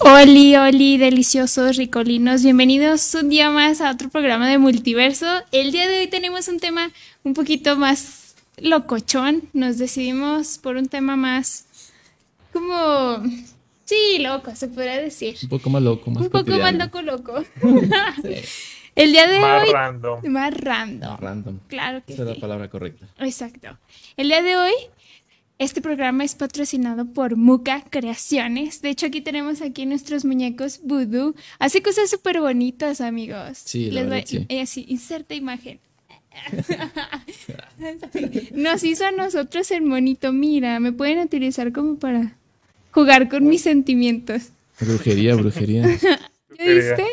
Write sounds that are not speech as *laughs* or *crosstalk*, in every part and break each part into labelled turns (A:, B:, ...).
A: Oli, oli, deliciosos ricolinos, bienvenidos un día más a otro programa de multiverso. El día de hoy tenemos un tema un poquito más locochón, nos decidimos por un tema más como, sí, loco, se podría decir.
B: Un poco más loco, más
A: Un poco más
B: cotidiano.
A: loco, loco.
B: *laughs* Sí,
A: El día de
C: Más
A: hoy, *laughs*
C: random.
A: más random,
B: random.
A: claro que
B: Esa es la
A: sí.
B: palabra correcta.
A: Exacto. El día de hoy, este programa es patrocinado por Muca Creaciones. De hecho, aquí tenemos aquí nuestros muñecos Voodoo. Hace cosas súper bonitas, amigos.
B: Sí, la
A: doy-
B: verdad, sí.
A: eh, sí, inserta imagen. *laughs* Nos hizo a nosotros el monito. Mira, me pueden utilizar como para jugar con mis sentimientos.
B: Brujería, brujería.
A: ¿Ya viste?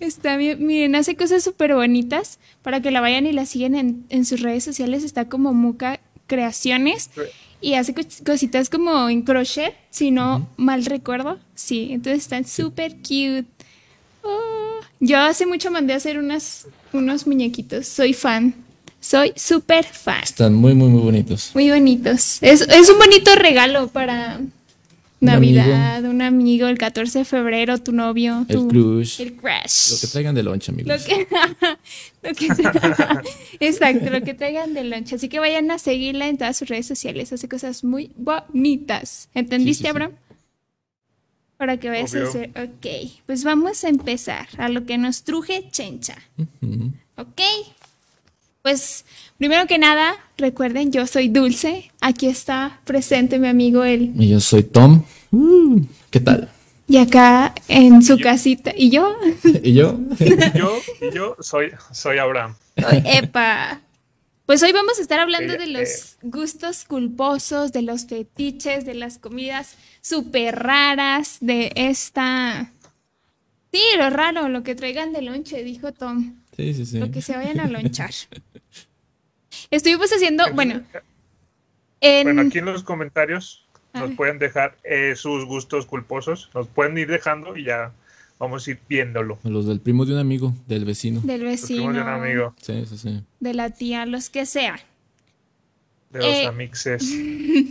A: Está bien. Miren, hace cosas súper bonitas para que la vayan y la siguen en, en sus redes sociales. Está como Muca Creaciones y hace cos- cositas como en crochet, si no mal recuerdo. Sí, entonces están súper cute. Oh, Yo hace mucho mandé a hacer unas, unos muñequitos. Soy fan. Soy súper fan.
B: Están muy, muy, muy bonitos.
A: Muy bonitos. Es, es un bonito regalo para Navidad, un amigo, el 14 de febrero, tu novio,
B: El
A: tu-
B: crush.
A: el crush.
B: Lo que traigan de loncha,
A: Lo
B: amigos.
A: que, *laughs* lo que tra- exacto, lo que traigan de lunch. Así que vayan a seguirla en todas sus redes sociales. Hace cosas muy bonitas. ¿Entendiste,
B: Sí, sí, sí.
A: Abraham? Para que vayas a
C: Obvio.
A: hacer. Ok, pues vamos a empezar a lo que nos truje Chencha.
B: Ujú.
A: Ok. Pues primero que nada, recuerden, yo soy Dulce. Aquí está presente mi amigo él.
B: Y yo soy Tom. Uh, ¿Qué tal? *laughs*
A: Y acá en su
C: Yo.
A: casita. Y yo.
B: ¿Y yo?
C: Yo, y yo soy, soy Abraham.
A: Ay, Epa. Pues hoy vamos a estar hablando
C: Ella-
A: de los gustos culposos, de los fetiches, de las comidas súper raras, de esta... Sí, lo raro, lo que traigan de lonche, dijo Tom.
B: Sí, sí, sí.
A: Lo que se vayan a lonchar. Estuvimos haciendo, Ah, bueno, en...
C: Bueno, aquí en los comentarios
A: A
C: nos
A: ver.
C: pueden dejar eh, sus gustos culposos. Nos pueden ir dejando y ya vamos a ir viéndolo.
B: Los del primo de un amigo, del vecino.
A: Del
C: Los primos de un
A: vecino,
C: amigo,
B: Sí, sí, sí.
A: de la tía, los que sea.
C: de los
A: Eh.
C: amixes.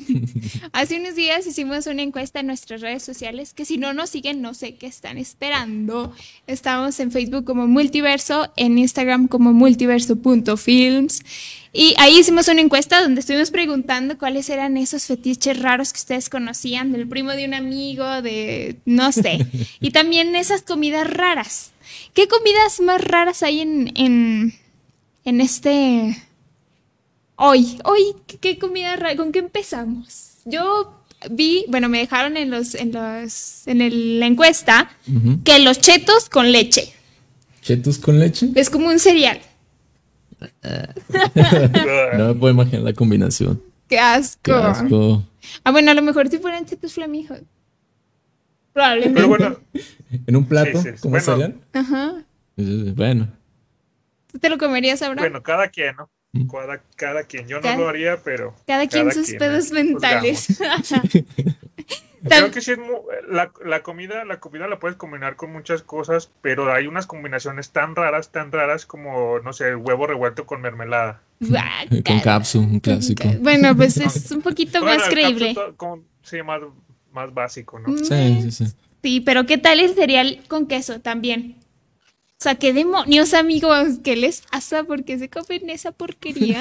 A: *laughs* Hace unos días hicimos una encuesta en nuestras redes sociales que si no nos siguen no sé qué están esperando. Estamos en Facebook como Multiverso, en Instagram como multiverso.films y ahí hicimos una encuesta donde estuvimos preguntando cuáles eran esos fetiches raros que ustedes conocían, del primo de un amigo, de no
B: *laughs*
A: sé, y también esas comidas raras. ¿Qué comidas más raras hay en, en, en este Hoy, hoy, ¿qué- ¿qué comida rara? ¿Con qué empezamos? Yo vi, bueno, me dejaron en los, en los, en el- la encuesta
B: Ujú.
A: que los chetos con leche
B: ¿Chetos con leche?
A: es como un cereal.
B: No me puedo imaginar la combinación.
A: ¡Qué
B: Qué
A: asco!
B: asco.
A: Ah, bueno, a lo mejor si fueran chetos flamijos. Probablemente.
C: Pero bueno,
B: ¿En un plato?
C: Sí, sí, sí.
B: ¿Cómo
C: Bueno.
B: serían?
A: Ajá.
B: Bueno.
A: ¿Tú te lo comerías ahora?
C: bueno, cada quien, ¿no?
B: Mm.
C: Cada, cada quien. Yo no
A: Cada-
C: lo haría, pero.
A: Cada quien sus
C: ¿eh?
A: pedos
C: Juzgamos.
A: mentales. *laughs*
C: Creo que sí es mu- la, la comida, la comida la puedes combinar con muchas cosas, pero hay unas combinaciones tan raras, tan raras como, no sé, huevo revuelto con mermelada.
A: Guácala.
B: Con capsu, un clásico.
A: Bueno, pues
C: *laughs*
A: es un poquito
C: Bueno,
A: más
C: el capsu
A: creíble.
C: to- con- sí, más, más básico, ¿no?
B: Sí, sí, sí.
A: Sí, pero ¿qué tal el cereal con queso también? O sea, qué demonios, amigos, ¿qué les pasa? ¿Por qué se comen esa
B: *laughs*
A: porquería?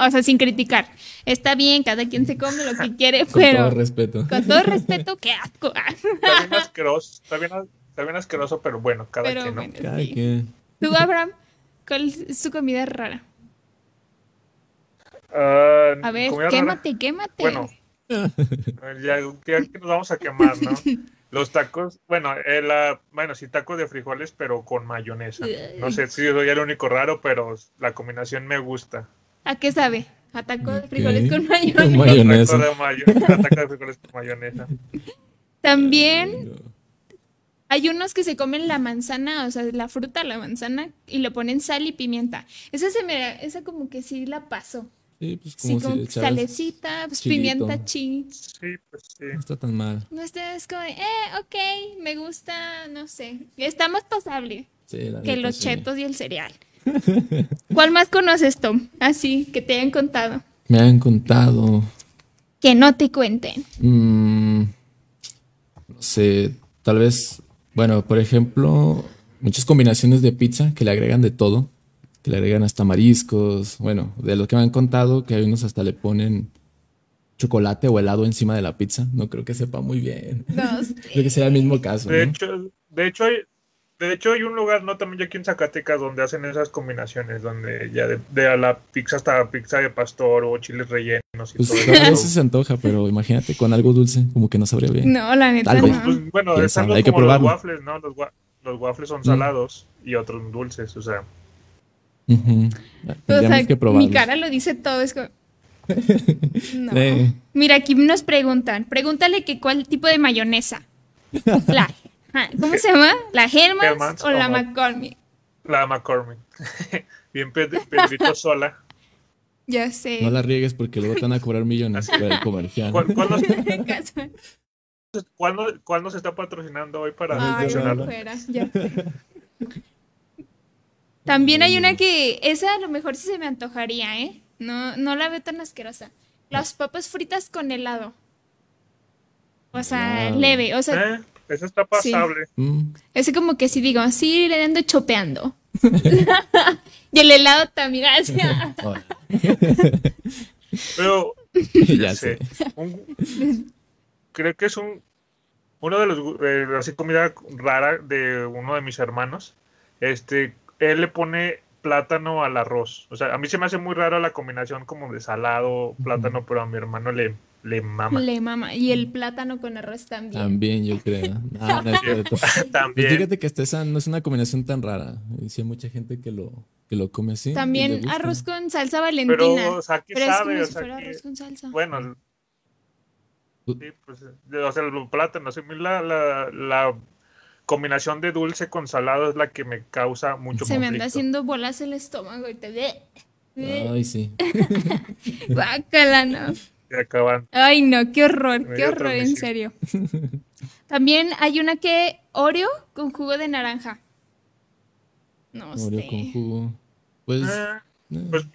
A: o sea, sin criticar. Está bien, cada quien se come lo que quiere,
B: Con
A: pero
B: todo respeto.
A: con todo respeto, qué asco.
C: Está bien asqueroso, está bien, está bien asqueroso, pero bueno, cada
A: pero
C: quien, ¿no?
A: bueno,
B: Cada
A: sí.
B: quien.
A: Tú, Abraham, ¿cuál es su comida rara?
C: Ah,
A: A ver,
C: comida rara.
A: quémate, quémate. *laughs*
C: Bueno, eh, ya, ya que nos vamos a quemar, ¿no? Los tacos, bueno, eh, la- bueno, sí, tacos de frijoles, pero con mayonesa. No sé si yo soy el único raro, pero la combinación me gusta.
A: ¿A qué sabe? Ataco de frijoles
B: Ok.
A: con mayonesa.
B: Con mayonesa.
C: Taco de mayo- la taca de frijoles con mayonesa.
A: También
B: No.
A: Hay unos que se comen la manzana, o sea, la fruta, la manzana, y le ponen sal y pimienta. Esa se me, esa como que sí la paso.
B: Sí, pues
A: Sí,
B: como
A: como
B: si le
A: que
B: echaras-
A: salecita, pues
B: chilito.
A: pimienta ching.
C: Sí, pues sí.
B: No está tan mal.
A: No ustedes como, de, eh, ok, me gusta, no sé. Está más pasable
B: Sí, la
A: que
B: neta,
A: los
B: sí.
A: chetos y el cereal. ¿Cuál más conoces, Tom? Así, que te hayan contado.
B: Me han contado.
A: Que no te cuenten.
B: mm, no se, tal vez, bueno, por ejemplo, muchas combinaciones de pizza que le agregan de todo, que le agregan hasta mariscos, bueno, de lo que me han contado, que algunos hasta le ponen chocolate o helado encima de la pizza, no creo que sepa muy bien.
A: No,
B: Creo que será el mismo caso,
C: De
B: ¿no?
C: hecho, de hecho hay, de hecho hay un lugar, no también aquí en Zacatecas, donde hacen esas combinaciones, donde ya de, de a la pizza hasta pizza de pastor o chiles rellenos y
B: Pues
C: todo
B: a veces
C: eso.
B: se antoja, pero imagínate con algo dulce, como que no sabría bien.
A: no, la neta
B: Tal vez.
A: no.
C: Pues, bueno,
B: Quién
C: están
B: sabe, hay que
C: como los
B: probarlo.
C: waffles, ¿no? Los, wa- los waffles son salados y otros dulces, o sea,
B: Ujú.
A: Pues, O
B: Tendríamos
A: sea,
B: que probarlos.
A: mi cara lo dice todo. Es
B: *laughs*
A: como... No.
B: Eh,
A: Mira, aquí nos preguntan. Pregúntale que cuál tipo de mayonesa.
B: *laughs*
A: La, ah, ¿Cómo se llama? ¿La Hermans
C: Hellmann's
A: o la
C: o-
A: McCormick?
C: la McCormick. *laughs* Bien Ped- Pedrito Sola.
A: Ya sé.
B: no la riegues porque luego te van a cobrar millones por el comercial.
C: ¿Cu- ¿Cuándo,
A: *laughs* Casual.
C: cuándo- cuándo se está patrocinando hoy para
B: Ah,
A: Ay,
B: ya
A: no
B: nada.
C: mencionarlo?
A: fuera, ya. También hay una que, esa a lo mejor sí se me antojaría, ¿eh? No, no la veo tan asquerosa. Las papas fritas con helado. O sea,
B: Helado.
A: leve. O sea,
C: Eh, Eso está pasable.
A: *laughs*
B: Mm,
A: ese como que sí digo, sí, le ando chopeando. *laughs* y el helado también. *laughs* o sea,
B: ahora,
C: Pero
B: *laughs*
A: *laughs*
B: ya sé.
C: Un- creo que es un uno de los gu- eh, así comida rara de uno de mis hermanos. Este, él le pone plátano al arroz. O sea, a mí se me hace muy raro la combinación como de salado, plátano, pero a mi hermano le, le mama.
A: le mama. Y el plátano con arroz también.
B: También yo creo. Ah, no es cierto. Pues
C: *laughs* También.
B: fíjate que hasta esa no es una combinación tan rara. Y sí hay mucha gente que lo, que lo come así. y le
A: También
B: gusta.
A: arroz con salsa valentina.
C: Pero, o sea, ¿qué
A: Pero es
C: sabe?
A: como
C: O
A: si
C: sea,
A: fuera
C: que-
A: arroz con salsa.
C: bueno,
B: Uh.
C: sí, pues, eh, o sea, el plátano, sí, a mí la, la, la combinación de dulce con salado es la que me causa mucho
A: Se me anda
C: conflicto.
A: haciendo bolas el estómago y te ve.
B: Ay, sí.
A: *laughs* Guácala, no.
C: Ya acaban.
A: Ay, no, qué horror,
C: Me
A: qué
C: dio
A: horror, en
C: transmisión.
A: serio. También hay una que Oreo con jugo de naranja. No
B: Oreo con
A: sé.
B: jugo. Pues.
C: Ah,
B: eh,
C: pues,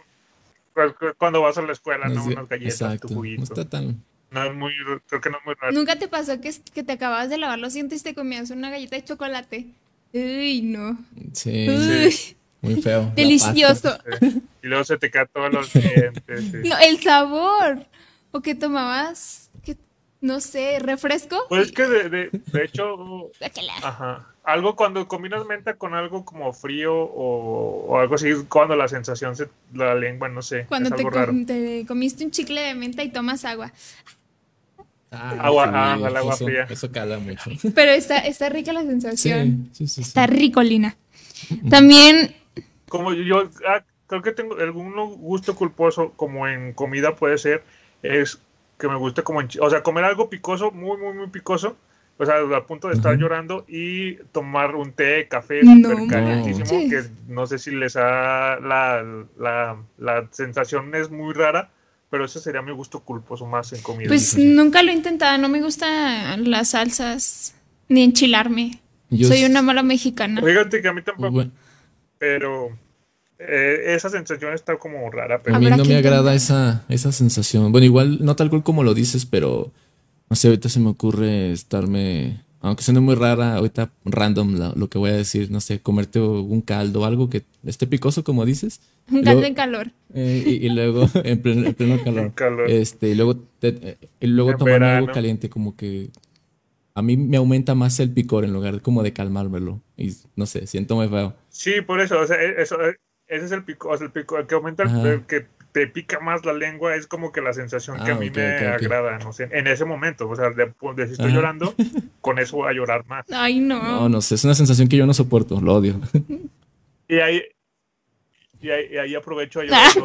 C: Pues, cu- cuando vas a la escuela,
B: no
C: ¿no?
B: es de-
C: Unas galletas,
B: exacto.
C: tu
B: No
C: juguito.
B: está tan.
C: No es muy, creo que no es muy raro.
A: ¿Nunca te pasó que, que te acababas de lavar los dientes y te comías una galleta de chocolate? Uy, no.
B: Sí,
A: Uy,
B: muy feo. La
A: delicioso.
C: Eh, Y luego se te caen todos los
B: *laughs*
C: dientes. sí.
A: No, el sabor. O que tomabas, que, no sé, refresco.
C: Pues es que, de, de, de hecho,
A: Guácala.
C: ajá. Algo cuando combinas menta con algo como frío o, o algo así, es cuando la sensación se la lengua, no sé.
A: Cuando
C: es
A: te,
C: algo
A: com-
C: raro.
A: te comiste un chicle de menta y tomas agua.
B: pasta.
C: Agua- ah, el agua
B: eso,
C: fría.
B: Eso cala mucho.
A: Pero está, está rica la
B: Sí,
A: sensación.
B: sí, sí. sí.
A: Está ricolina. También,
C: Como yo ah, creo que tengo algún gusto culposo, como en comida puede ser, es que me gusta como, en chi- o sea, comer algo picoso, muy, muy, muy picoso, o sea, a punto de estar
B: Ajá.
C: llorando y tomar un té, café
A: No
C: súper calientísimo, que
A: manches.
C: no sé si les da la, la, la sensación es muy rara, pero ese sería mi gusto culposo más en comida.
A: pues nunca lo he intentado. No me gustan las salsas ni enchilarme.
B: Yo
A: Soy
B: s-
A: una mala mexicana.
C: Fíjate que a mí tampoco,
B: Bueno,
C: pero eh, esa sensación está como rara, pero
B: a mí
A: Habrá
B: no
A: que
B: me agrada
A: intentar.
B: esa, esa sensación. Bueno, igual, no tal cual como lo dices, pero no sé, ahorita se me ocurre estarme, aunque suene muy rara, ahorita random la- lo que voy a decir, no sé, comerte un caldo o algo que esté picoso, como dices.
A: Un
B: Luego-
A: caldo en calor.
B: Eh, y, y luego, *laughs* en pleno, en pleno calor.
C: En calor.
B: Este, y luego, te- eh, y luego
C: En
B: tomarme algo
C: verano.
B: caliente, como que a mí me aumenta más el picor en lugar de como de calmármelo. Y no sé, siento muy feo.
C: Sí, por eso, o sea, e- eso, e- ese es el pico, o sea, el pico, el que aumenta, el,
B: Ajá.
C: el que te pica más la lengua, es como que la sensación que
B: Ah,
C: a mí
B: ok,
C: me
B: ok, ok.
C: agrada, no sé, en ese momento, o sea, de, de si estoy
B: Ajá. *laughs*
C: llorando, con eso voy a llorar más.
A: Ay,
B: No,
A: no.
B: no sé, es una sensación que yo no soporto, lo odio. *laughs*
C: Y ahí, y ahí, y ahí aprovecho a llorar
B: *laughs*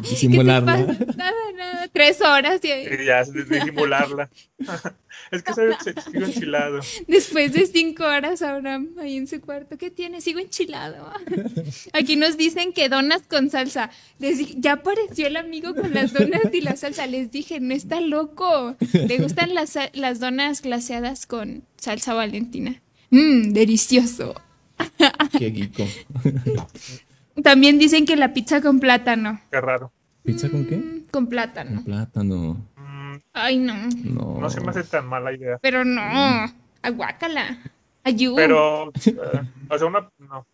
A: ¿Qué te
B: Disimularla.
A: pasa? Nada, nada. Tres horas y
C: y ya de- disimularla. *laughs* es que se, se sigo enchilado.
A: después de cinco horas, Abraham, ahí en su cuarto. ¿Qué tiene? Sigo enchilado. *laughs* Aquí nos dicen que donas con salsa. Les di- ya apareció el amigo con las donas y la salsa. Les dije, no está loco. Le gustan las, sa- las donas glaseadas con salsa valentina. Mmm, delicioso.
B: *laughs* Qué guico.
A: También dicen que la pizza con plátano.
C: Qué raro.
B: ¿Pizza con qué?
A: Mm, Con
B: Con
A: plátano.
B: plátano.
C: Mm,
A: Ay, no.
B: No. Oh.
C: no se me hace tan mala idea.
A: Pero no. Aguácala. Ayú.
C: Pero, eh, o sea, una. No.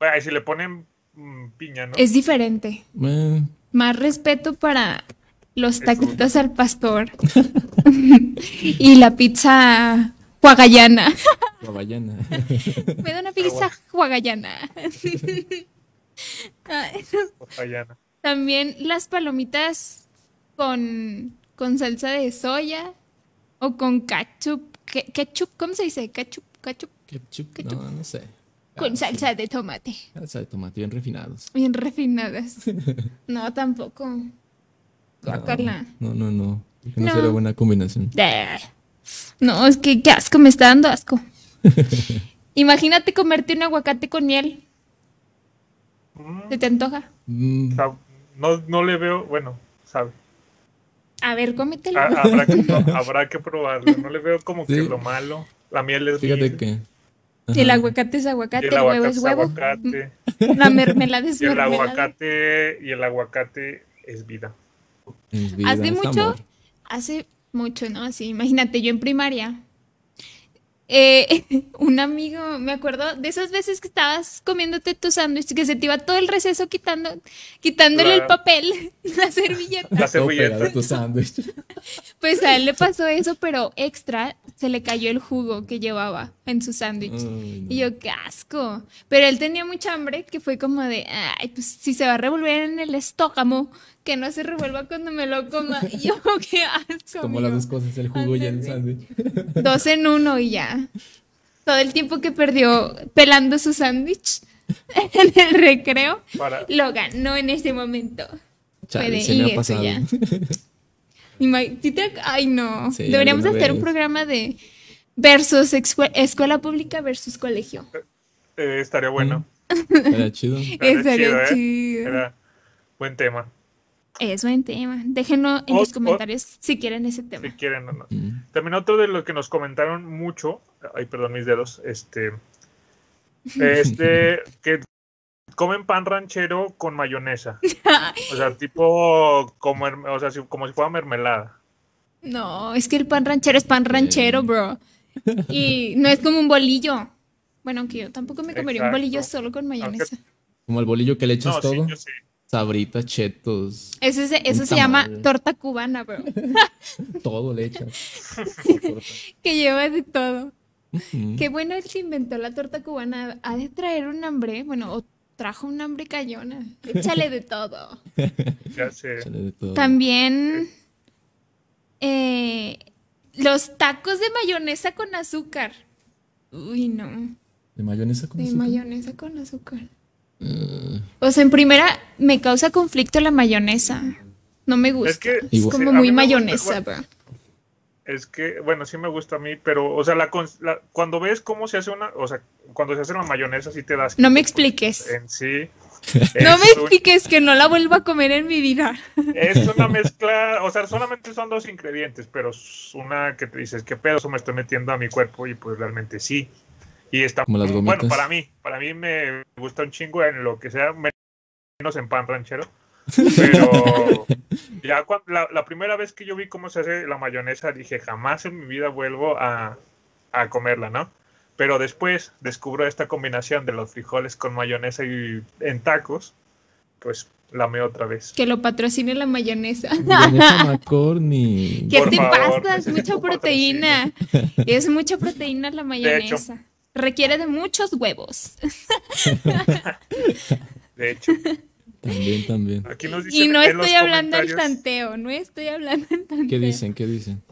C: Bueno, y si le ponen mm, piña, ¿no?
A: Es diferente.
B: Bueno,
A: Más respeto para los
C: Eso.
A: taquitos al pastor y la pizza huagallana.
B: guabayana.
A: Me da una pizza huagallana. Ay,
C: Ojalá.
A: También las palomitas con, con salsa de soya o con ketchup. Ke- ketchup, ¿cómo se dice? Ketchup, ketchup.
B: *laughs* Ketchup,
A: Ketchup.
B: no, no sé.
A: Con
B: Ah,
A: salsa de tomate.
B: Salsa de tomate, bien refinados.
A: Bien refinadas. No, tampoco. Guácala.
B: No, no, no. Creo que no,
A: No.
B: será buena combinación.
A: Bleh. No, es que qué asco, me está dando asco. Imagínate comerte un aguacate con miel.
C: Mm,
A: ¿Se te antoja?
B: Mm,
C: sab- no, no le veo, bueno, sabe.
A: A ver, cómetelo.
C: Ha- habrá,
B: *laughs*
C: que, pro- habrá que probarlo. No le veo como que
B: Sí.
C: lo malo. La miel es
B: fíjate
C: miel,
B: que.
A: *laughs* Si el
B: Ajá.
A: aguacate es
C: y
A: aguacate,
C: el
A: el huevo
C: aguacate
A: es
C: es
A: huevo. Mm,
C: aguacate.
A: La mermelada es
C: *laughs* Y el
A: mermelada.
C: aguacate, y el aguacate es vida.
B: Es vida,
A: Hace
B: es
A: mucho-
B: amor.
A: Hace mucho, ¿no? Así, imagínate, yo en primaria. eh, *laughs* un amigo, me acuerdo de esas veces que estabas comiéndote tu sándwich, que se te iba todo el receso quitando, quitándole el
C: Claro.
A: papel, *laughs* la servilleta.
C: La
B: Todo
C: servilleta.
B: pegado a tu sándwich.
A: Pues a él le pasó eso, pero extra se le cayó el jugo que llevaba en su sándwich.
B: Ay, no.
A: *laughs* Y yo, qué asco. Pero él tenía mucha hambre que fue como de, ay, pues si se va a revolver en el estómago, que no se revuelva cuando me lo coma. Y yo, *laughs* "Oh, qué asco.
B: Como las
A: amigo.
B: dos cosas, el jugo y el
A: Ándale.
B: sándwich.
A: Dos en uno y ya. Todo el tiempo que perdió pelando su sándwich *laughs* en el recreo,
C: Para,
A: lo ganó en ese momento.
B: Chale,
A: Puede,
B: se me
A: y
B: ha
A: eso
B: pasado.
A: ya. *laughs* Ima- ¿sí te- Ay, no.
B: Sí,
A: Deberíamos
B: alguna
A: hacer un
B: vez.
A: programa de versus excue- escuela pública versus colegio.
C: eh, estaría bueno.
B: Era chido.
C: Estaría
A: *laughs* Estaría
C: chido, ¿eh?
A: chido.
C: Era buen tema.
A: Es buen tema. Déjenlo en
C: O-
A: los
C: o-
A: comentarios si quieren ese
C: Si
A: tema.
C: quieren o no.
B: Mm.
C: También otro de lo que nos comentaron mucho, ay, perdón mis dedos,
A: *laughs*
C: este, este, que comen pan ranchero con mayonesa. O sea, tipo, como, her- o sea, si- como si fuera mermelada.
A: No, es que el pan ranchero es pan ranchero, bro. Y no es como un bolillo. Bueno, aunque yo tampoco me comería un
C: Exacto.
A: bolillo solo con mayonesa.
B: Como el bolillo que le echas
C: No, sí,
B: todo.
C: yo sí.
B: Sabritas, chetos,
A: Eso, se- eso
B: Un
A: se llama
B: tamal.
A: torta cubana, bro. *laughs*
B: todo le
C: *laughs*
B: echas.
A: Que lleva de todo.
B: Mm.
A: Qué bueno el que inventó la torta cubana. Ha de traer un hambre, bueno, o trajo un hambre cañona. Échale de
B: *laughs*
A: todo.
C: Ya sé.
B: Chale de todo.
A: También eh, los tacos de mayonesa con azúcar. Uy, no.
B: ¿De mayonesa con
A: De
B: azúcar?
A: mayonesa con azúcar.
B: Eh,
A: O sea, en primera me causa conflicto la mayonesa. No me gusta.
C: Es que,
A: Es
B: Igual.
A: como
C: a mí
A: muy
C: me gusta-
A: mayonesa, bro.
C: Es que, bueno, sí me gusta a mí, pero, o sea, la, cons- la- cuando ves cómo se hace una, o sea, cuando se hace la mayonesa, sí te das.
A: No me expliques.
C: En sí.
A: *laughs* No
C: es
A: me
C: un-
A: expliques que no la vuelvo a comer en mi vida.
C: Es una mezcla, o sea, solamente son dos ingredientes, pero es una que te dices, ¿qué pedo me estoy metiendo a mi cuerpo? Y pues realmente sí. Y está
B: Como las gomitas.
C: bueno para mí, para mí me gusta un chingo en lo que sea, menos en
B: *laughs*
C: pan ranchero. Pero ya cuando, la, la primera vez que yo vi cómo se hace la mayonesa, dije, jamás en mi vida vuelvo a, a comerla, ¿no? Pero después descubro esta combinación de los frijoles con mayonesa y en tacos, pues la amé otra vez.
A: Que lo patrocine la mayonesa. *laughs*
B: Mayonesa McCorney.
A: ¿Qué
C: Por
A: te
C: favor,
A: pasas?
C: necesito
A: Mucha
C: un
A: proteína. Es mucha proteína
C: *laughs*
A: la
C: hecho.
A: mayonesa. Requiere de muchos huevos.
C: De hecho.
B: También, también.
C: Aquí nos dicen
A: Y no
C: en los
A: estoy hablando al
C: comentarios-
A: tanteo, no estoy hablando al tanteo.
B: ¿Qué dicen? ¿Qué dicen?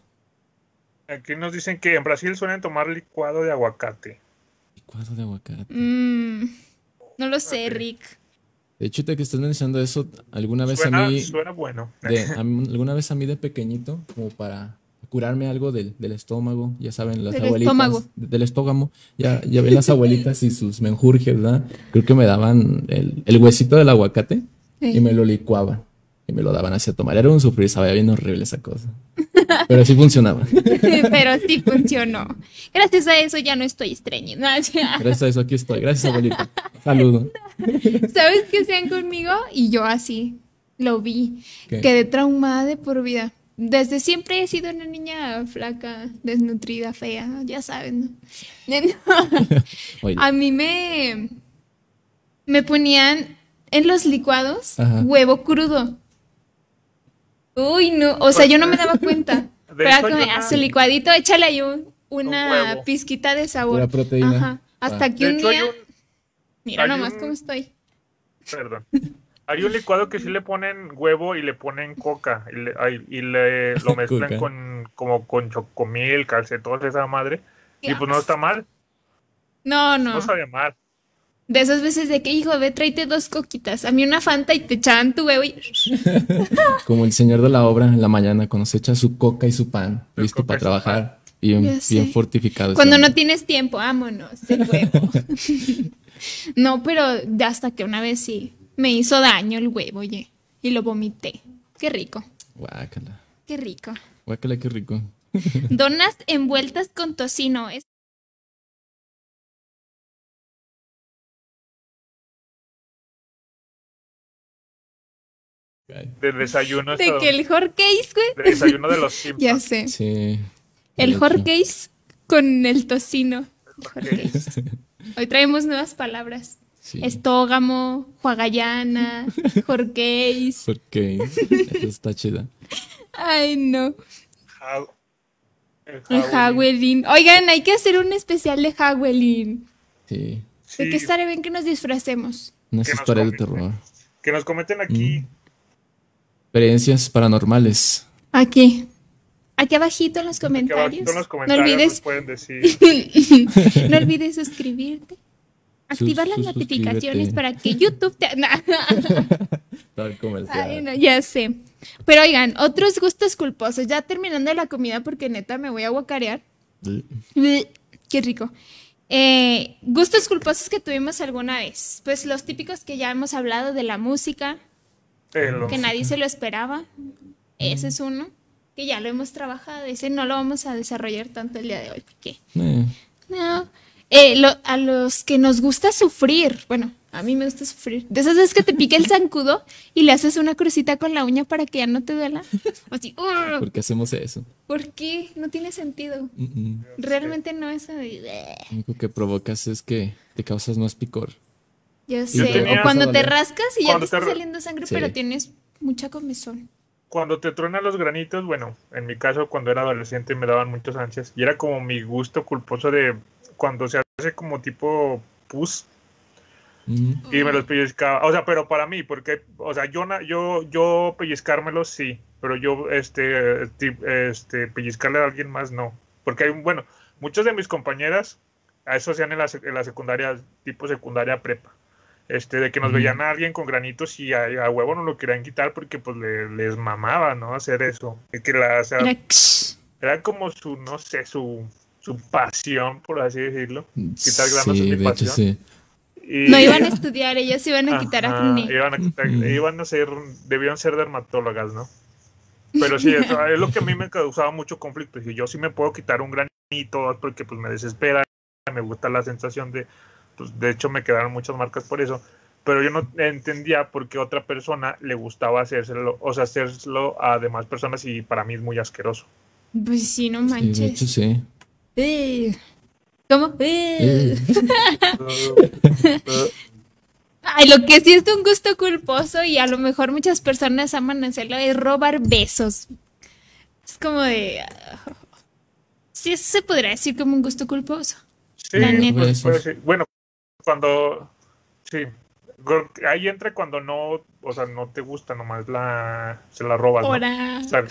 C: Aquí nos dicen que en Brasil suelen tomar licuado de aguacate.
B: Licuado de aguacate.
A: Mm, no lo sé, Rick. *laughs*
B: De hecho, te que estás mencionando eso, alguna vez
C: Suena,
B: a mí,
C: suena bueno.
B: de, a mí- alguna vez a mí de pequeñito, como para curarme algo del, del estómago, ya saben, las
A: Del
B: abuelitas,
A: estómago.
B: del estómago, ya, ya ven las abuelitas y sus menjurjes, ¿verdad? Creo que me daban el, el huesito del aguacate
A: Sí.
B: y me lo licuaban y me lo daban hacia tomar. Era un sufrir, sabía bien horrible esa cosa. Pero sí funcionaba.
A: Pero sí funcionó. Gracias a eso ya no estoy estreñida. *laughs* Ah,
B: Gracias a eso aquí estoy. Gracias, abuelita. Saludo.
A: ¿Sabes qué sean conmigo? Y yo así lo vi.
B: ¿Qué?
A: Quedé traumada de por vida. desde siempre he sido una niña flaca, desnutrida, fea, ya saben. *laughs* ¿no? a mí me, me ponían en los licuados Ajá. huevo crudo. Uy, no, o sea, yo no me daba cuenta. Pero que me, a su licuadito, échale ahí un, una un pizquita de sabor.
B: Una proteína. Ajá.
A: Hasta ah. que un hecho, día. Un... Mira nomás cómo estoy.
C: Perdón. Hay un licuado que sí le ponen huevo y le ponen coca y le, ay, y le lo mezclan con como con chocomil, calcetón, esa madre. Y pues no está mal.
A: No, no.
C: No sabe mal.
A: De esas veces de que, hijo, ve, tráete dos coquitas. A mí una fanta y te echaban tu huevo y...
B: como el señor de la obra en la mañana, cuando se echa su coca y su pan, el listo para trabajar. Y bien, bien fortificado.
A: Cuando no tienes tiempo, vámonos, *laughs* el huevo. no, pero hasta que una vez sí me hizo daño el huevo, oye. Y lo vomité. Qué rico.
B: Guácala.
A: Qué rico.
B: Guácala, qué rico.
A: Donas envueltas con tocino. Es...
C: De desayuno.
A: De que el hot case, güey.
C: De
A: *laughs*
C: desayuno de los Simpsons.
A: Ya sé.
B: Sí.
A: El hot case con el tocino. El case. Hoy traemos nuevas palabras. Sí. Estógamo, *laughs* Juagallana, Jorqueis.
B: Jorqueis. está chida.
A: Ay, no.
C: Ah,
A: How, el Hawelin. Oigan, hay que hacer un especial de Hawelin.
B: Sí.
A: sí. De que estaré bien que nos disfracemos.
B: Unas historias de terror.
C: Que nos cometen aquí. Mm.
B: Experiencias paranormales.
A: Aquí. Aquí abajito en los comentarios. Aquí abajito en los comentarios
C: no olvides. Pueden decir.
A: *laughs* no olvides suscribirte. Activar sus, las sus, notificaciones suscríbete. para que YouTube te... *laughs*
B: Tal comercial.
A: Ay, no, ya sé. Pero oigan, otros gustos culposos. Ya terminando la comida porque neta me voy a guacarear. Qué rico. Eh, gustos culposos que tuvimos alguna vez. Pues los típicos que ya hemos hablado de la música.
C: Eh,
A: *laughs*
C: la
A: que música. nadie se lo esperaba. Ese es uno. Que ya lo hemos trabajado. Ese no lo vamos a desarrollar tanto el día de hoy. Porque...
B: Eh.
A: No. Eh, lo, a los que nos gusta sufrir, bueno, a mí me gusta sufrir. De esas veces que te pica el zancudo y le haces una crucita con la uña para que ya no te duela. Así, uh,
B: ¿Por qué hacemos eso?
A: ¿Por qué? No tiene sentido.
B: Uh -uh.
A: Realmente no es. Así.
B: Lo único que provocas es que te causas más picor.
A: Yo sé. Yo o cuando te rascas y cuando ya te, te está saliendo sangre, sí. pero tienes mucha comezón.
C: Cuando te truenan los granitos, bueno, en mi caso cuando era adolescente me daban muchas ansias y era como mi gusto culposo de cuando se hace como tipo pus
B: mm.
C: y me los pellizcaba, o sea, pero para mí, porque, o sea, yo, yo, yo pellizcármelos sí, pero yo, este, este, pellizcarle a alguien más no, porque hay, bueno, muchas de mis compañeras, a eso hacían en la, en la secundaria, tipo secundaria prepa, este, de que nos mm. veían a alguien con granitos y a, a, huevo no lo querían quitar porque, pues, le, les mamaba, ¿no? Hacer eso, que la, o sea, era como su, no sé, su su pasión, por así decirlo. Quitar granos
B: sí,
C: de pasión.
B: Sí.
A: Y... No iban a estudiar, ellas iban a Ajá, quitar acné.
C: Iban a, quitar, iban a ser, debían ser dermatólogas, ¿no? Pero sí, eso es lo que a mí me causaba mucho conflicto. Y yo sí me puedo quitar un granito porque pues me desespera, me gusta la sensación de, pues, de hecho me quedaron muchas marcas por eso. Pero yo no entendía por qué otra persona le gustaba hacérselo, o sea, hacerlo a demás personas y para mí es muy asqueroso.
A: Pues sí, no manches.
B: Sí, de hecho, sí.
A: ¿Cómo? Ay, lo que sí es de un gusto culposo y a lo mejor muchas personas aman hacerlo es robar besos. Es como de... Uh, sí, eso se podría decir como un gusto culposo.
C: Sí, La neta. Pues, pues, sí. bueno, cuando... Sí, ahí entra cuando no, o sea, no te gusta, nomás la, se la robas. ¿no? O sea,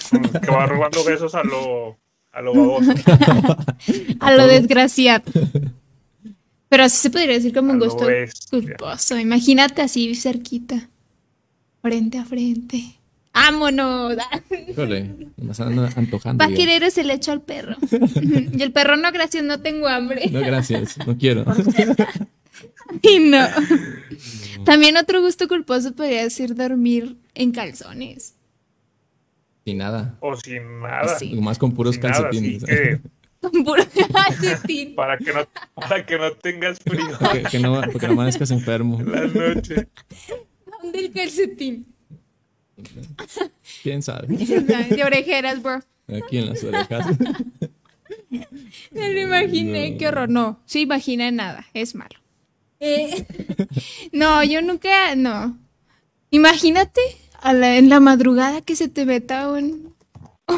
C: que va robando besos a lo a lo baboso.
A: a lo desgraciado.
B: *laughs*
A: Pero así se podría decir como a un gusto culposo. Imagínate así cerquita. Frente a frente. ¡Vámonos!
B: Híjole, nos andan antojando.
A: Va a querer es el hecho al perro. y el perro, no, gracias, no tengo hambre.
B: No, gracias, no quiero.
A: *laughs* y no. no. También otro gusto culposo podría decir dormir en calzones.
B: Sin nada.
C: O sin nada.
B: Sí. Más con puros sin calcetines. ¿eh? *laughs*
C: Nada,
A: con
C: que...
A: *laughs* puros calcetines.
C: *laughs* para, que no, para que no tengas frío.
B: que, que no, porque no amanezcas enfermo.
C: La noche.
A: ¿Dónde el calcetín? *laughs*
B: ¿Quién sabe?
A: De orejeras, bro.
B: Aquí en
A: *laughs*
B: las orejas.
A: No lo imaginé, qué horror. No, se imagina nada, es malo. Eh, *laughs* no, yo nunca, no. Imagínate a la- en la madrugada que se te meta un,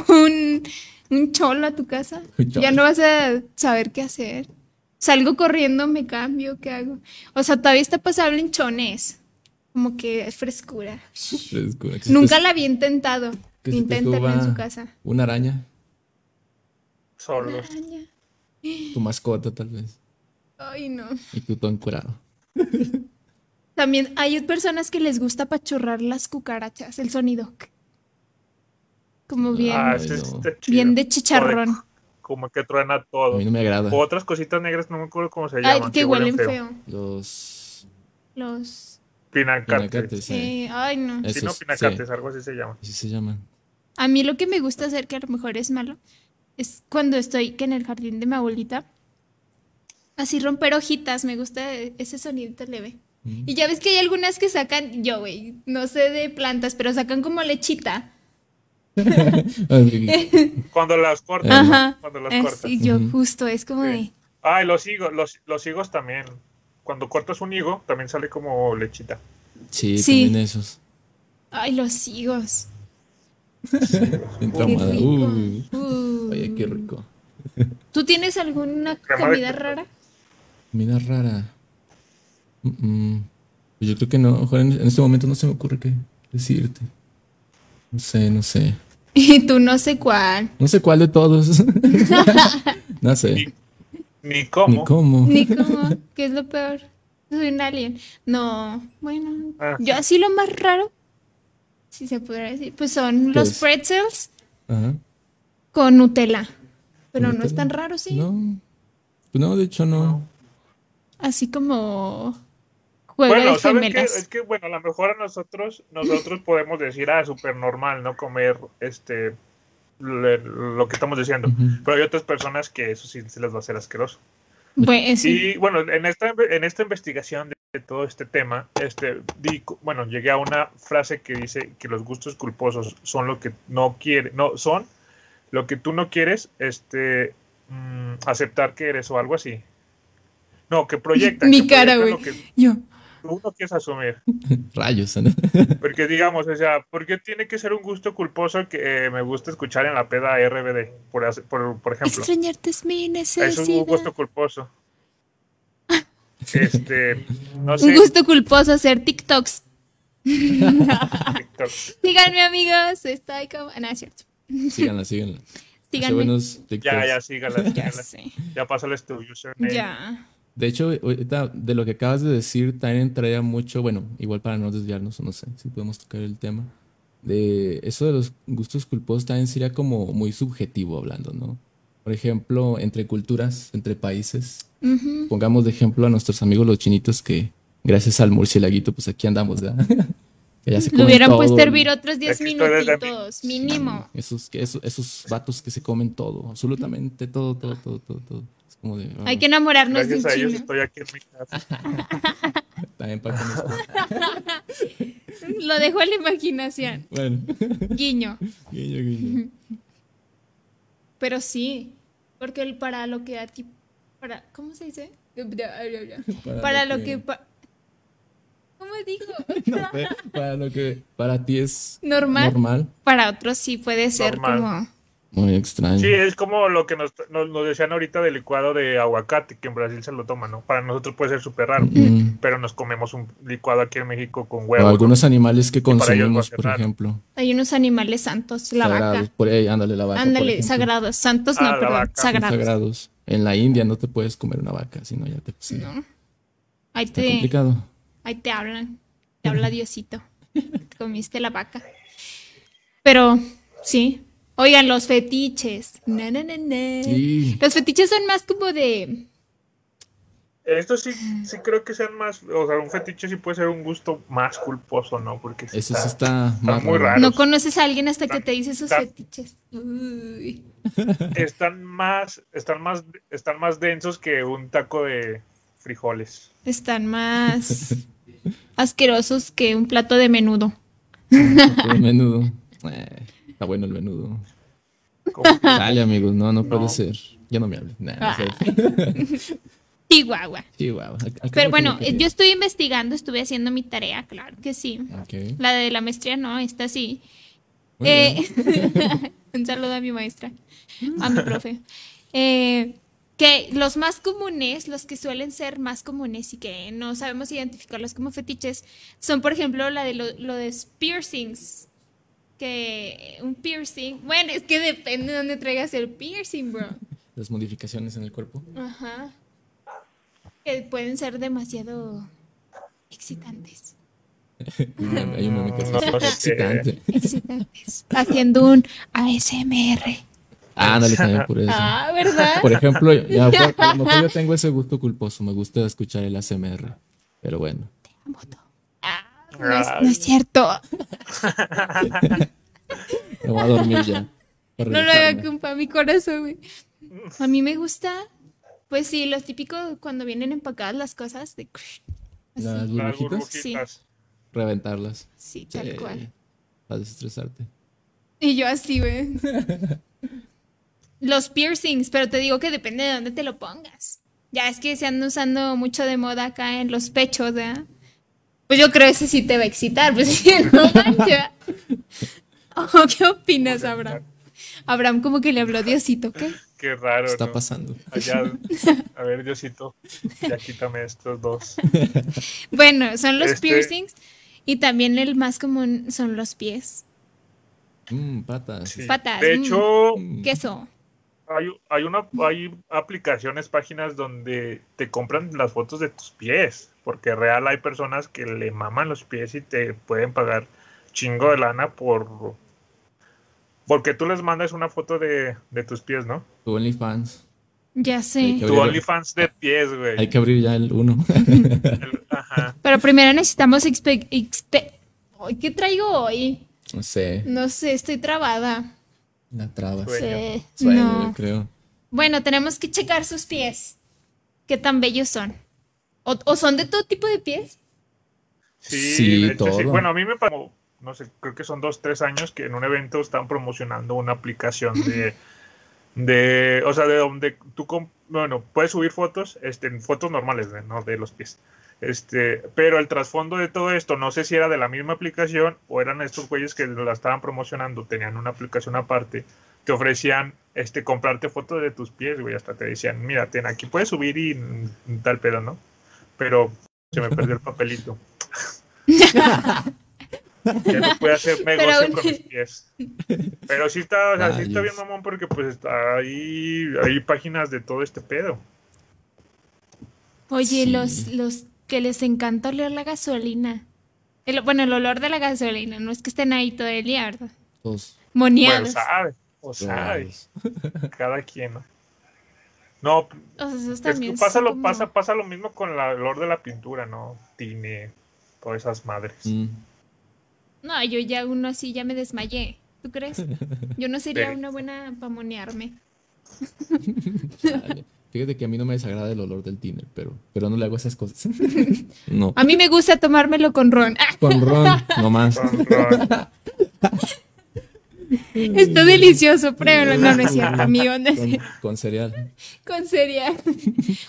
A: un, un cholo a tu casa.
B: Un cholo.
A: Ya no vas a saber qué hacer. Salgo corriendo, me cambio, ¿qué hago? O sea, todavía está pasable en chones. Como que frescura.
B: Frescura. Que
A: Nunca
B: se
A: la había intentado.
B: te- que se te
A: Inténtalo en
B: suba
A: su casa.
B: Una araña,
C: Solos.
B: tu mascota tal vez.
A: Ay, no.
B: Y tú todo encurado.
A: También hay personas que les gusta pachurrar las cucarachas, el sonido. Como bien,
C: Ah,
B: Ay,
C: sí,
B: no.
C: está chido.
A: bien de
C: O
A: chicharrón.
C: Como que truena
B: A
C: todo.
B: mí no me agrada.
C: O otras cositas negras, no me acuerdo cómo se
A: Ay,
C: llaman.
A: que huelen feo.
B: Los
A: Los.
C: Pinacates.
B: pinacates. eh.
A: eh, ay, no.
B: Es-
C: Sí, no,
B: Esos, sí.
C: pinacates, algo así se llama.
B: Así
A: *laughs*
B: se llaman.
A: A mí lo que me gusta hacer, que a lo mejor es malo, es cuando estoy que en el jardín de mi abuelita, así romper hojitas. Me gusta ese sonidito leve.
B: Mm.
A: Y ya ves que hay algunas que sacan, yo, güey, no sé de plantas, pero sacan como lechita.
B: Ay,
C: Cuando las cortas.
A: Ajá. Eh,
C: Cuando las
A: Es-
C: cortas.
A: y yo,
B: Ujú.
A: justo, es como de.
C: Sí. Ah, y los higos, los, los higos también. Cuando cortas un higo, también sale como lechita.
B: Sí,
A: Sí.
B: también esos.
A: Ay, los higos.
B: Entraumada.
A: rico.
B: Uy.
A: Uh.
B: Oye, qué rico.
A: ¿Tú tienes alguna
C: Crema de
A: comida
C: queso.
A: rara?
B: Comida rara. Mm, mm. Pues yo creo que no. Juan, en este momento no se me ocurre qué decirte. No sé, no sé.
A: *laughs* Y tú no sé cuál.
B: No sé cuál de todos. *laughs* no sé.
C: Ni cómo.
B: Ni cómo.
A: Ni cómo, que es lo peor. Soy un alien. No, bueno.
C: Ah.
A: Yo así lo más raro, si se pudiera decir, pues son los
B: es?
A: pretzels
B: Ajá.
A: con Nutella. Pero no es
B: Nutella.
A: tan raro, sí.
B: No. Pues no, de hecho no.
A: Así como juego
C: Bueno,
A: de
C: ¿saben qué?
A: Pues gemelas.
C: Es que, bueno, a lo mejor a nosotros, nosotros podemos decir, ah, súper normal, ¿no? Comer, este, le- lo que estamos diciendo.
B: Ujú.
C: Pero hay otras personas que eso sí se les va a hacer asqueroso. Eh,
A: Bueno, sí.
C: Y bueno, en esta, en esta investigación de, de todo este tema, este, di- bueno, llegué a una frase que dice que los gustos culposos son lo que no quiere, no, son lo que tú no quieres, este, mm, aceptar que eres o algo así. No, que proyectan.
A: Mi
C: que
A: cara,
C: proyectan lo
A: Yo.
C: que tú no quieres asumir.
B: Rayos. ¿eh? ¿no?
C: Porque digamos, o sea, ¿por qué tiene que ser un gusto culposo que eh, me gusta escuchar en la peda RBD? Por, hace- por, por ejemplo.
A: Extrañarte es mi
C: Es un
A: necesidad. *laughs*
C: gusto culposo. Este, no sé,
A: Un gusto culposo hacer TikToks.
C: TikTok.
A: Síganme, amigos. Está ahí como. No, es cierto.
B: *laughs* Síganla, síganla. Hace
A: Síganme.
B: buenos TikToks.
C: Ya, ya, sígala,
A: Ya
C: sígala.
A: sé.
C: Ya pásales tu username.
A: Ya.
B: De hecho, eh, ahorita de lo que acabas de decir, también entraría mucho, bueno, igual para no desviarnos, o no sé si podemos tocar el tema, de eso de los gustos culposos también sería como muy subjetivo hablando, ¿no? Por ejemplo, entre culturas, entre países.
A: Ujú.
B: Pongamos de ejemplo a nuestros amigos los chinitos que, gracias al murcielaguito, pues aquí andamos, ¿verdad? *laughs* Que ya se
A: Lo
B: comen
A: hubieran
B: todo,
A: puesto a
B: ¿no?
A: hervir otros 10
C: Aquí estoy desde
A: minutitos, mínimo.
B: Esos, que- esos, esos vatos que se comen todo, absolutamente todo, todo, todo, todo, todo. Es como de... ah,
A: Hay que enamorarnos de un
C: Gracias a ellos
A: chino.
C: estoy aquí en mi casa.
B: También para que nos-
A: Lo dejo a la
B: *laughs*
A: imaginación.
B: *laughs* Bueno,
A: Guiño.
B: guiño, guiño.
A: *laughs* Pero sí, porque el- para lo que a ti. Para, ¿Cómo se dice? Para, lo que. pa- ¿Cómo
B: *laughs*
A: dijo?
B: no sé, para lo que para ti es
A: Normal.
B: normal.
A: Para otros sí puede ser
C: Normal.
A: como.
B: Muy extraño.
C: Sí, es como lo que nos, nos, nos decían ahorita del licuado de aguacate, que en Brasil se lo toman, ¿no? Para nosotros puede ser súper raro,
B: Mm.
C: pero nos comemos un licuado aquí en México con
B: o
C: huevo.
B: algunos animales que
C: para ellos
B: consumimos,
C: va a
B: por
C: quedar.
B: ejemplo.
A: Hay unos animales santos, la
B: sagrados.
A: vaca.
B: Por, eh, ándale, la vaca. por
A: Ándale,
B: ejemplo.
A: sagrados. Santos
C: Ah,
A: no,
C: la
A: perdón.
C: vaca.
B: Son
A: Sagrados.
B: sagrados. En la India no te puedes comer una vaca, sino ya te sí,
A: ¿no? Ahí
B: Está
A: te,
B: complicado.
A: ahí te hablan. Te habla Diosito. Te Comiste la vaca. Pero, sí. Oigan, los fetiches. Na, na, na, na.
B: Sí.
A: Los fetiches son más como de.
C: Esto sí, sí creo que sean más, o sea, un fetiche sí puede ser un gusto más culposo, ¿no? Porque sí
B: Eso
C: está-
B: sí está más
C: muy
B: raro.
C: raro.
A: No conoces a alguien hasta que te dice sus
C: Tan-
A: fetiches. Uy.
C: están más, están más, están más densos que un taco de frijoles.
A: *laughs* Están más asquerosos que un plato de menudo.
B: El menudo. Eh, está bueno el menudo. *laughs* Dale, amigos,
A: *laughs*
B: no, no, puede
C: No.
B: ser. Ya no me hables. Nah, no
A: Ah. *laughs*
B: sé.
A: Chihuahua.
B: Chihuahua. Al- al cabo que
A: Pero bueno,
B: lo
A: eh,
B: quería.
A: yo estuve investigando, estuve haciendo mi tarea, claro que sí.
B: Ok,
A: La de la maestría no, esta sí.
B: muy
A: Eh,
B: bien.
A: *laughs* un saludo a mi maestra, a mi profe. Eh, que los más comunes, los que suelen ser más comunes y que no sabemos identificarlos como fetiches, son por ejemplo la de lo, lo de piercings. Que un piercing, bueno, es que depende de dónde traigas el piercing, bro.
B: Las modificaciones en el cuerpo.
A: Ajá. Que pueden ser demasiado excitantes. Mm.
B: Hay un momento
A: Ah,
B: así.
C: No sé.
B: excitante.
A: Excitantes. Haciendo un ASMR.
B: Ah, dale también por eso.
A: Ah, ¿verdad?
B: Por ejemplo, ya, por- a
A: *laughs*
B: lo mejor yo tengo ese gusto culposo. Me gusta escuchar el ASMR. Pero bueno.
A: moto. Ah, no, es, no es cierto.
B: Me voy a dormir ya. para
A: No lo
B: relajarme.
A: haga compa, mi corazón, güey. A mí me gusta, pues sí, los típicos cuando vienen empacadas las cosas de crush, así.
B: Las
C: Las
B: burbujitas,
C: burbujitas.
B: reventarlas.
A: Sí, tal
B: Sí,
A: cual.
B: Para desestresarte.
A: Y yo así, güey. Los piercings, pero te digo que depende de dónde te lo pongas. Ya es que se andan usando mucho de moda acá en los pechos, ¿verdad? Pues yo creo que ese sí te va a excitar, pues *laughs* sí, no *laughs* mancha. Ojo, ¿Qué opinas, Abraham? Abraham como que le habló Diosito, ¿qué?
C: Qué raro.
B: Está
C: ¿no?
B: pasando.
C: Allá, a ver, Diosito, ya quítame estos dos.
A: Bueno, son los
C: Este-
A: piercings y también el más común son los pies.
B: Mmm, patas.
C: Sí.
A: Patas,
C: De
A: mm.
C: hecho,
B: Mm.
A: Queso.
C: hay, hay, una, hay aplicaciones, páginas donde te compran las fotos de tus pies, porque real hay personas que le maman los pies y te pueden pagar chingo de lana por... Porque tú les mandas una foto de, de tus pies, ¿no?
B: Tu OnlyFans.
A: Ya
B: Hay
A: sé.
B: que
C: Tu
B: abrir-
C: OnlyFans de pies, güey.
B: Hay que abrir ya el uno. *laughs*
C: El- Ajá.
A: Pero primero necesitamos expe- expe- Ay, ¿Qué traigo hoy?
B: No sé.
A: No sé, estoy trabada.
B: La traba.
C: Sueño.
A: Sí,
B: Sueño, yo
A: no.
B: creo.
A: Bueno, tenemos que checar sus pies. ¿Qué tan bellos son? ¿O, o son de todo tipo de pies?
C: Sí,
B: Sí,
C: de hecho, sí.
B: todo.
C: Bueno, a mí me pasó, no sé, creo que son dos, tres años que en un evento están promocionando una aplicación
B: *laughs*
C: de, de o sea, de donde tú, com- bueno, puedes subir fotos, este, en fotos normales, ¿eh? ¿no? De los pies. Este, pero el trasfondo de todo esto, no sé si era de la misma aplicación o eran estos güeyes que la estaban promocionando, tenían una aplicación aparte, te ofrecían este comprarte fotos de tus pies, güey, hasta te decían, mira, ten aquí puedes subir y mm, tal pedo, ¿no? Pero se me perdió el papelito. Ya no
A: *laughs*
C: puede hacer negocio
A: aún-
C: con mis pies. Pero sí está, o sea, sí está
B: Rayos.
C: bien mamón porque pues está ahí, hay páginas de todo este pedo.
A: Oye,
B: Sí.
A: los, los que les encanta oler la gasolina. El- bueno, el olor de la gasolina. No es que estén ahí todo el día, ¿verdad?
B: Todos.
C: Bueno,
A: Moneados.
C: sabe, o sabe,
B: drogados.
C: cada quien. ¿no? No,
A: O sea, esos
C: es
A: Pues también
C: que
A: son
C: pasa, lo,
A: como-
C: pasa, pasa lo mismo con la- el olor de la pintura, ¿no? Tine, todas esas madres.
B: Mm.
A: No, yo ya uno así ya me desmayé. ¿Tú crees? Yo no sería
C: Sí.
A: una buena para monearme.
B: Chale. Fíjate que a mí no me desagrada el olor del tiner, pero, pero no le hago esas cosas. no.
A: A mí me gusta tomármelo con ron. ¡Ah!
B: Con ron, nomás.
C: Son- son-
A: Está delicioso, pero no, no es cierto, amigo. no es
B: Con, con cereal.
A: Con cereal.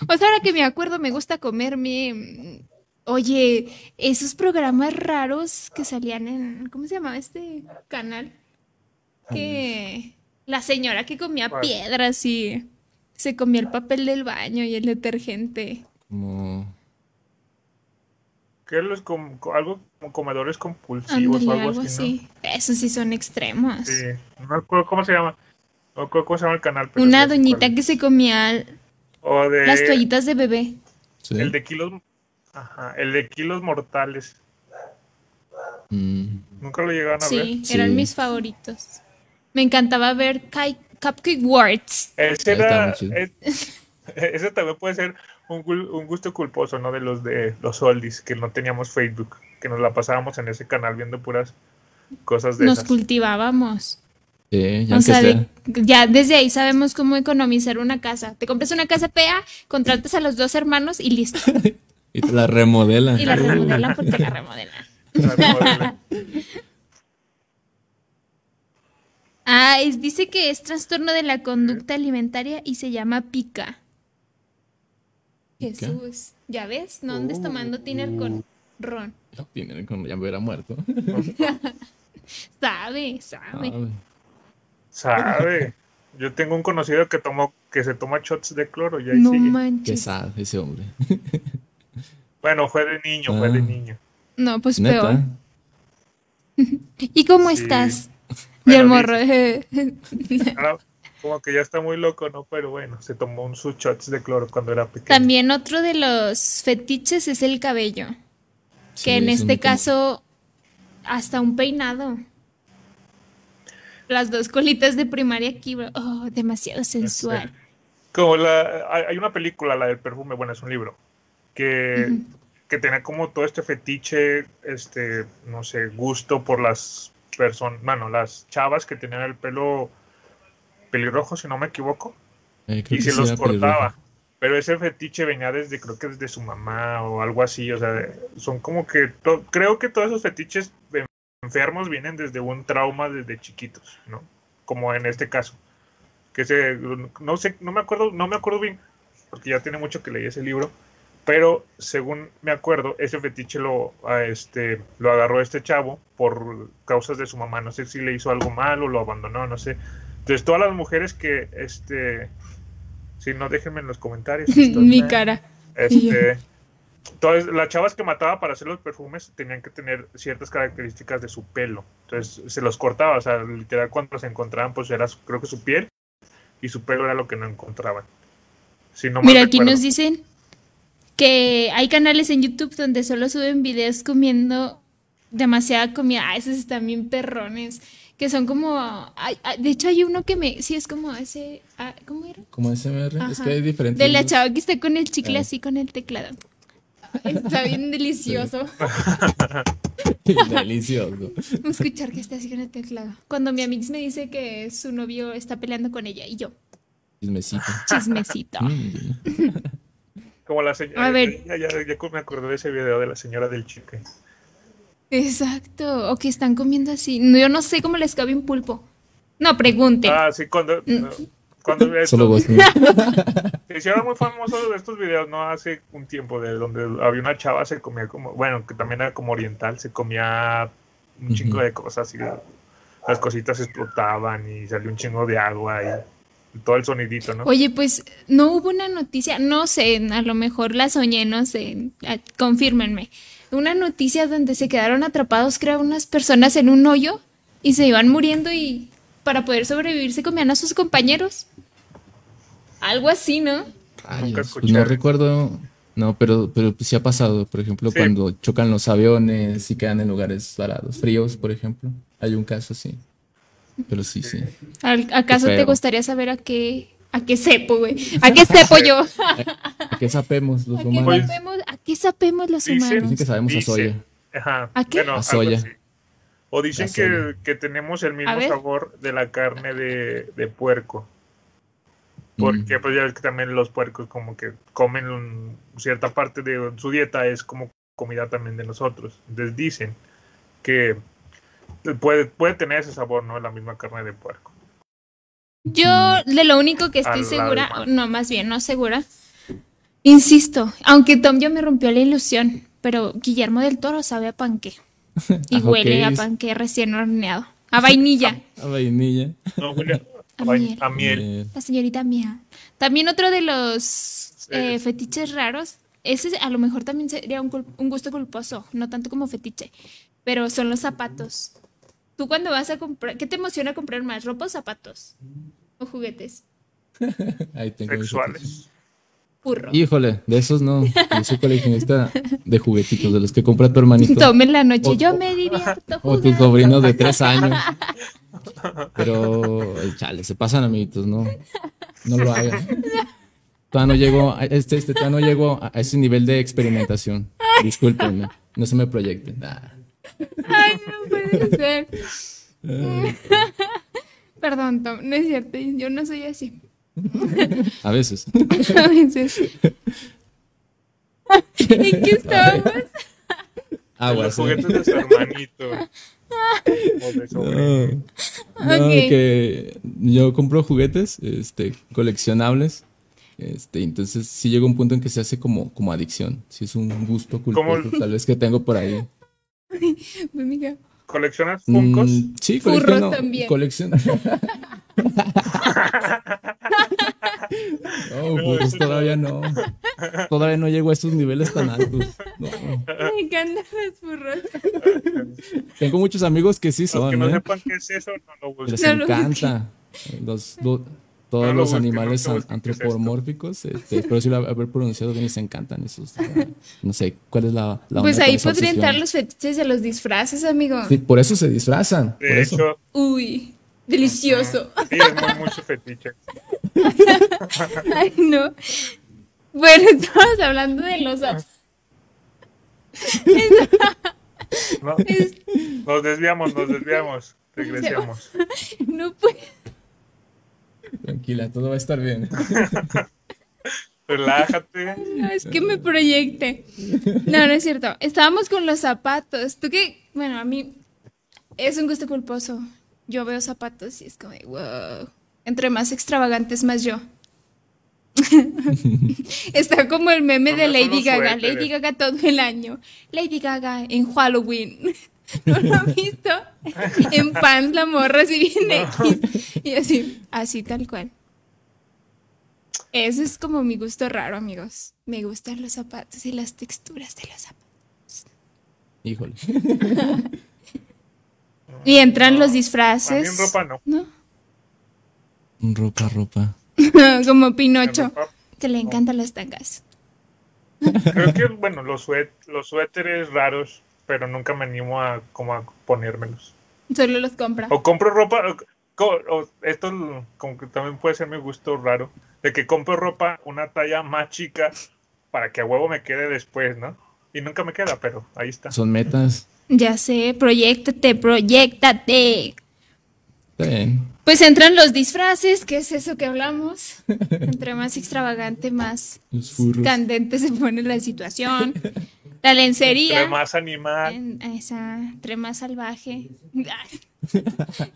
A: O sea, ahora que me acuerdo, me gusta comerme. mm, Oye, esos programas raros que salían en. ¿Cómo se llamaba este canal? Que la señora que comía
C: ¿Cuál?
A: piedras y se comía el papel del baño y el detergente.
B: Como.
C: que los com- co- algo como comedores compulsivos
A: Ándale,
C: o algo,
A: algo
C: así,
A: así. Esos sí son extremos.
C: ¿no? Sí, no me acuerdo cómo se llama. No me acuerdo cómo se llama el canal. pero
A: Una
C: sí,
A: doñita
C: ¿cuál?
A: que se comía
C: O de,
A: las toallitas de bebé.
B: Sí.
C: El de kilos. Ajá, el de kilos mortales.
B: Mm.
C: Nunca lo llegaron a ver.
A: Sí,
B: Sí.
A: eran mis favoritos. Me encantaba ver Kai- Cupcake Wars.
C: Ese
B: Está
C: era.
B: muy chido.
C: es- *laughs* ese también puede ser un, gul- un gusto culposo, ¿no? De los de los oldies, que no teníamos Facebook, que nos la pasábamos en ese canal viendo puras cosas de
A: Nos
C: esas. *laughs*
A: cultivábamos.
B: Sí, ya
A: O
B: que
A: sea, de-
B: sea.
A: ya desde ahí sabemos cómo economizar una casa. Te compras una casa fea, contratas a los dos hermanos y listo.
B: Y te la remodelan.
A: Y la
C: *laughs*
B: Uh,
A: remodelan porque la remodelan.
C: Las modelos.
A: Ah, es, dice que es trastorno de la conducta alimentaria y se llama pica. Jesús, ya ves, no andes tomando tiner con ron.
B: No, tiene- como ya me hubiera muerto.
A: Sabe, sabe.
B: Ah,
A: *laughs*
C: Sabe. Yo tengo un conocido que tomó, que se toma shots de cloro y ahí
A: no
C: sigue.
B: qué
A: manches.
B: sad ese hombre.
C: Bueno, fue de niño, fue de
B: Ah.
C: niño.
A: No, pues peor.
B: Neta.
A: ¿Y cómo
C: Sí. *laughs*
A: estás? Y
C: Bueno,
A: el morro. *laughs*
C: Ah, como que ya está muy loco, ¿no? Pero bueno, se tomó un sus shots de cloro cuando era pequeño.
A: También otro de los fetiches es el cabello,
B: Sí,
A: que en
B: eso no
A: este
B: tengo-
A: caso hasta un peinado. Las dos colitas de primaria aquí, bro. Oh, demasiado sensual.
C: Como la, hay hay una película, la del perfume, bueno, es un libro, que,
A: Ujú.
C: que tenía como todo este fetiche, este, no sé, gusto por las personas, bueno, las chavas que tenían el pelo pelirrojo, si no me equivoco,
B: Eh, creo que
C: y se
B: sí
C: los
B: era pelirrojo.
C: cortaba. Pero ese fetiche venía desde, creo que desde su mamá o algo así, o sea, son como que, to- creo que todos esos fetiches de enfermos vienen desde un trauma desde chiquitos, ¿no? Como en este caso, que se, no sé, no me acuerdo, no me acuerdo bien, porque ya tiene mucho que leí ese libro, pero según me acuerdo, ese fetiche lo, a este, lo agarró este chavo por causas de su mamá, no sé si le hizo algo mal o lo abandonó, no sé. Entonces todas las mujeres que, este, si no, déjenme en los
A: *laughs*
C: comentarios. esto es
A: Mi
C: mal.
A: cara.
C: Este, entonces, las chavas que mataba para hacer los perfumes tenían que tener ciertas características de su pelo. Entonces, se los cortaba, o sea, literal, cuando se encontraban, pues era, su- creo que su piel y su pelo era lo que no encontraban. Si no mal
A: Mira, aquí
C: recuerdo.
A: nos dicen que hay canales en YouTube donde solo suben videos comiendo demasiada comida. Ah, esos están bien perrones. Que son como. ay, ay, de hecho, hay uno que me. Sí, es como ese. ah, ¿Cómo era?
B: Como SMR, es
A: Ajá.
B: que hay diferentes.
A: De
B: *laughs*
A: la chava que está con el chicle
B: Ah.
A: así con el teclado. Está bien delicioso *laughs*
B: Delicioso.
A: escuchar que está así con el teclado. Cuando mi amiga me dice que su novio está peleando con ella y yo,
B: Chismecito. *laughs*
A: chismecito.
B: Mm.
C: Como la señora.
A: A ver.
C: Ya, ya- ya me acordé de ese video de la señora del chicle.
A: Exacto. O que están comiendo así. No, Yo no sé cómo les cabe un pulpo. No, pregunten.
C: Ah, sí, cuando.
A: Mm.
C: no, cuando esto-
B: Solo vos. ¿no?
C: Se hicieron muy famosos estos videos, ¿no? Hace un tiempo, de donde había una chava, se comía como, bueno, que también era como oriental, se comía un chingo
B: Ujú.
C: de cosas y la- las cositas explotaban y salió un chingo de agua y todo el sonidito, ¿no?
A: Oye, pues no hubo una noticia, no sé, a lo mejor la soñé, no sé, ah, confírmenme. Una noticia donde se quedaron atrapados, creo, unas personas en un hoyo y se iban muriendo y para poder sobrevivir se comían a sus compañeros. Algo así, ¿no?
B: Rayos, pues
C: escuché.
B: no recuerdo. No, pero, pero pues sí ha pasado. Por ejemplo,
C: Sí.
B: cuando chocan los aviones y quedan en lugares varados, fríos, por ejemplo. Hay un caso así. Pero sí, sí.
A: Al- ¿Acaso
B: Qué
A: te
B: feo.
A: gustaría saber a qué, a qué sepo, güey? ¿A qué sepo yo? ¿A
B: ¿A qué sabemos los
A: qué
B: Pues, humanos?
A: sabemos, a qué sabemos los
C: Dicen-
A: humanos?
B: Dicen que sabemos a
C: Dice.
B: soya.
C: Ajá.
A: ¿A qué?
C: Bueno,
B: A
C: algo
B: soya.
C: así. O dicen
B: A
C: que,
B: soya.
C: que tenemos el mismo
A: ver.
C: sabor de la carne de, de puerco. Porque
B: Mm.
C: pues ya ves que también los puercos como que comen un- cierta parte de su dieta es como comida también de nosotros. Entonces dicen que puede, puede tener ese sabor, ¿no? La misma carne de puerco.
A: Yo de lo único que estoy
C: Mm. Al lado
A: segura,
C: humano.
A: o no, más bien no segura, insisto, aunque Tom ya me rompió la ilusión, pero Guillermo del Toro sabe a
C: *laughs*
A: panqué y
C: Ah,
B: A
A: huele a
B: hotcakes.
A: panqué recién horneado, a
C: *laughs*
A: vainilla,
B: A vainilla.
C: No, Julia,
A: *laughs* A
C: ay,
A: miel.
C: a miel.
B: Eh,
A: la señorita mía. También otro de los eh,
C: Sí.
A: fetiches raros, ese a lo mejor también sería un, cul- un gusto culposo, no tanto como fetiche, pero son los zapatos. ¿Tú cuando vas a comprar, qué te emociona comprar más, ropa o zapatos? ¿O juguetes?
B: ahí tengo mi fetiche.
C: Sexuales.
A: Burro.
B: Híjole, de esos no. Yo soy coleccionista de juguetitos, de los que compra tu *laughs* hermanito.
A: Tomen la noche,
B: O-
A: yo me divierto.
B: O tu
A: jugando.
B: sobrino de tres años. Pero, chale, se pasan amiguitos, no. No lo hagan. Todavía no llego, a- este, este, todavía no llego a a ese nivel de experimentación. Discúlpenme, no se me proyecten. Ah, Nah.
A: Ay, no puede ser. Perdón, Tom, no es cierto, yo no soy así. *laughs*
B: A veces.
A: A
B: *laughs*
A: veces. ¿En qué estábamos?
B: Aguas.
C: los
B: eh. *laughs*
C: juguetes de su hermanito. O de sobre.
B: No,
A: Ok.
B: que yo compro juguetes, este, coleccionables. Este, entonces sí llega un punto en que se hace como, como adicción. Sí es un gusto culposo tal vez que tengo por ahí.
A: Amiga.
C: ¿Coleccionas Funkos?
B: Mm, sí,
A: Furros
B: colecciono.
A: también.
B: colecciono. no, furros todavía no. Todavía no llego a esos niveles tan altos. No.
A: Me encantan los furros.
B: Tengo muchos amigos que sí
C: Los
B: son,
C: que no
B: ¿eh?
C: sepan qué es eso, no lo busquen.
B: Les
A: No lo
B: encanta. Los, do- todos
C: No lo
B: los
C: busquen,
B: animales
C: no lo
B: an-
C: busquen, ¿qué es esto?
B: antropomórficos, este, espero sí lo haber pronunciado bien, les encantan esos. o sea, No sé, ¿cuál es la, la
A: Pues
B: onda con
A: ahí
B: esa
A: podrían
B: obsesión?
A: entrar los fetiches de los disfraces, amigo.
B: Sí, por eso se disfrazan. por
C: De
B: eso.
C: hecho,
A: Uy, delicioso.
C: sí, es muy, mucho fetiche.
A: Ay, no. Bueno, *laughs* estamos hablando de los...
C: No,
A: Es-
C: nos desviamos, nos desviamos. Regresemos.
A: No puedo.
B: Tranquila, todo va a estar bien.
C: Relájate.
A: No, es que me proyecte. No, no es cierto. Estábamos con los zapatos. Tú que, bueno, a mí es un gusto culposo. Yo veo zapatos y es como, wow. Entre más extravagantes, más yo. *laughs* Está como el meme de
C: Con razón
A: Lady
C: los
A: Gaga.
C: suéteres.
A: Lady Gaga todo el año. Lady Gaga en Halloween. *laughs* ¿No lo han visto? En pants la morra así bien X. Y así, así tal cual. Ese es como mi gusto raro, amigos. Me gustan los zapatos y las texturas de los zapatos.
B: Híjole.
A: Y entran los
C: A mí en
A: disfraces.
C: ropa no.
A: ¿no? *laughs*
B: Ropa, ropa.
A: como
C: En
A: Pinocho,
C: ropa,
A: que le encantan las tangas.
C: creo que, bueno, los, sué- los suéteres raros, pero nunca me animo a, como a ponérmelos.
A: Solo los compra.
C: O compro ropa, o, co- o esto l- como que también puede ser mi gusto raro, de que compro ropa una talla más chica para que a huevo me quede después, ¿no? Y nunca me queda, pero ahí está.
B: Son metas.
A: Ya sé, proyectate, proyectate.
B: Está bien.
A: Pues entran los disfraces, que es eso que
C: *laughs*
A: hablamos. Entre más extravagante, más
B: Los furros.
A: candente se pone la situación. La lencería.
C: Pero más animal,
A: En- esa, entre más salvaje. *laughs*